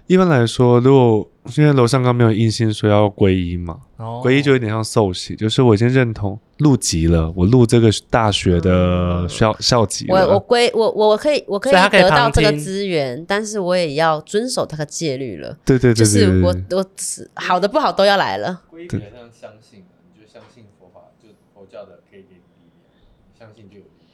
A: 一般来说，如果因为楼上刚没有硬性说要皈依嘛，
C: 哦，
A: 皈依就有点像受洗，就是我已经认同入籍了，我入这个大学的校、校级
B: 我
A: 了。
B: 我归我我可以我可以
C: 所以他可以
B: 得到
C: 旁
B: 这个
C: 听
B: 资源，但是我也要遵守这个戒律了。
A: 对对
B: 就
A: 对对
B: 是
A: 对
B: 我
A: 对，
B: 我是好的不好都要来了，
D: 皈依比较像相信的，你就相信佛法，就佛教的可以给你力量，相信就有力量。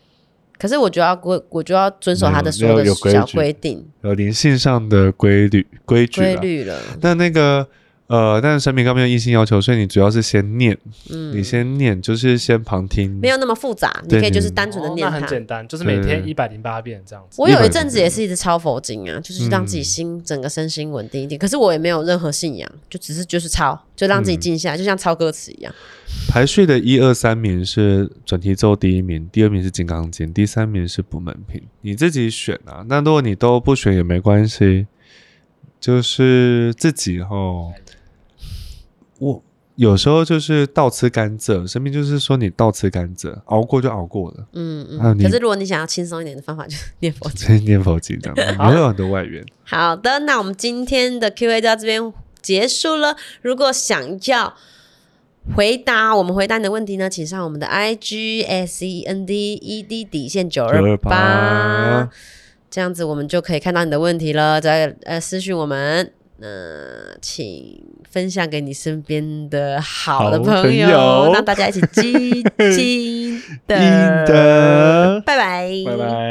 B: 可是我就要我我就要遵守他的
A: 嗯
B: 所
A: 没有
B: 的
A: 有规
B: 小
A: 矩
B: 规定
A: 有灵性上的规律规矩
B: 规
A: 了。
B: 律了，
A: 但那个呃，但是神明刚没有硬性要求，所以你主要是先念，你
B: 嗯，
A: 先念，就是先旁听。
B: 没有那么复杂，你
A: 对
B: 可以就
A: 你
B: 是单纯的
C: 哦
B: 念
C: 那很
B: 它。
C: 简单，就是每天
A: 对
C: 一百零八遍这样子。
B: 我有
A: 100
B: 一阵子也是一直抄佛经啊，就是让自己
A: 嗯
B: 心整个身心稳定一点。可是我也没有任何信仰，就只是就是抄，就让自己
A: 嗯
B: 静下来，就像抄歌词一样。
A: 排序的一二三名是准提咒第一名，第二名是金刚经，第三名是普门品，你自己选啊。那如果你都不选也没关系，就是自己吼，我有时候就是倒吃甘蔗，生命就是说你倒吃甘蔗，熬过就熬过了，
B: 嗯
A: 还有
B: 嗯。
A: 你
B: 可是如果你想要轻松一点的方法，就是念佛经。
A: 所以 念佛经这样，你会有很多外援。
B: 好的，那我们今天的 Q&A 就到这边结束了。如果想要回答我们回答你的问题呢，请上我们的 IG S E N D E D 底线九二八
A: 928，
B: 这样子我们就可以看到你的问题了。再呃私讯我们，呃，请分享给你身边的好的
A: 好
B: 朋
A: 朋
B: 友，
A: 友
B: 让大家一起积积阴
A: 阴德
B: 拜拜，
A: 拜拜。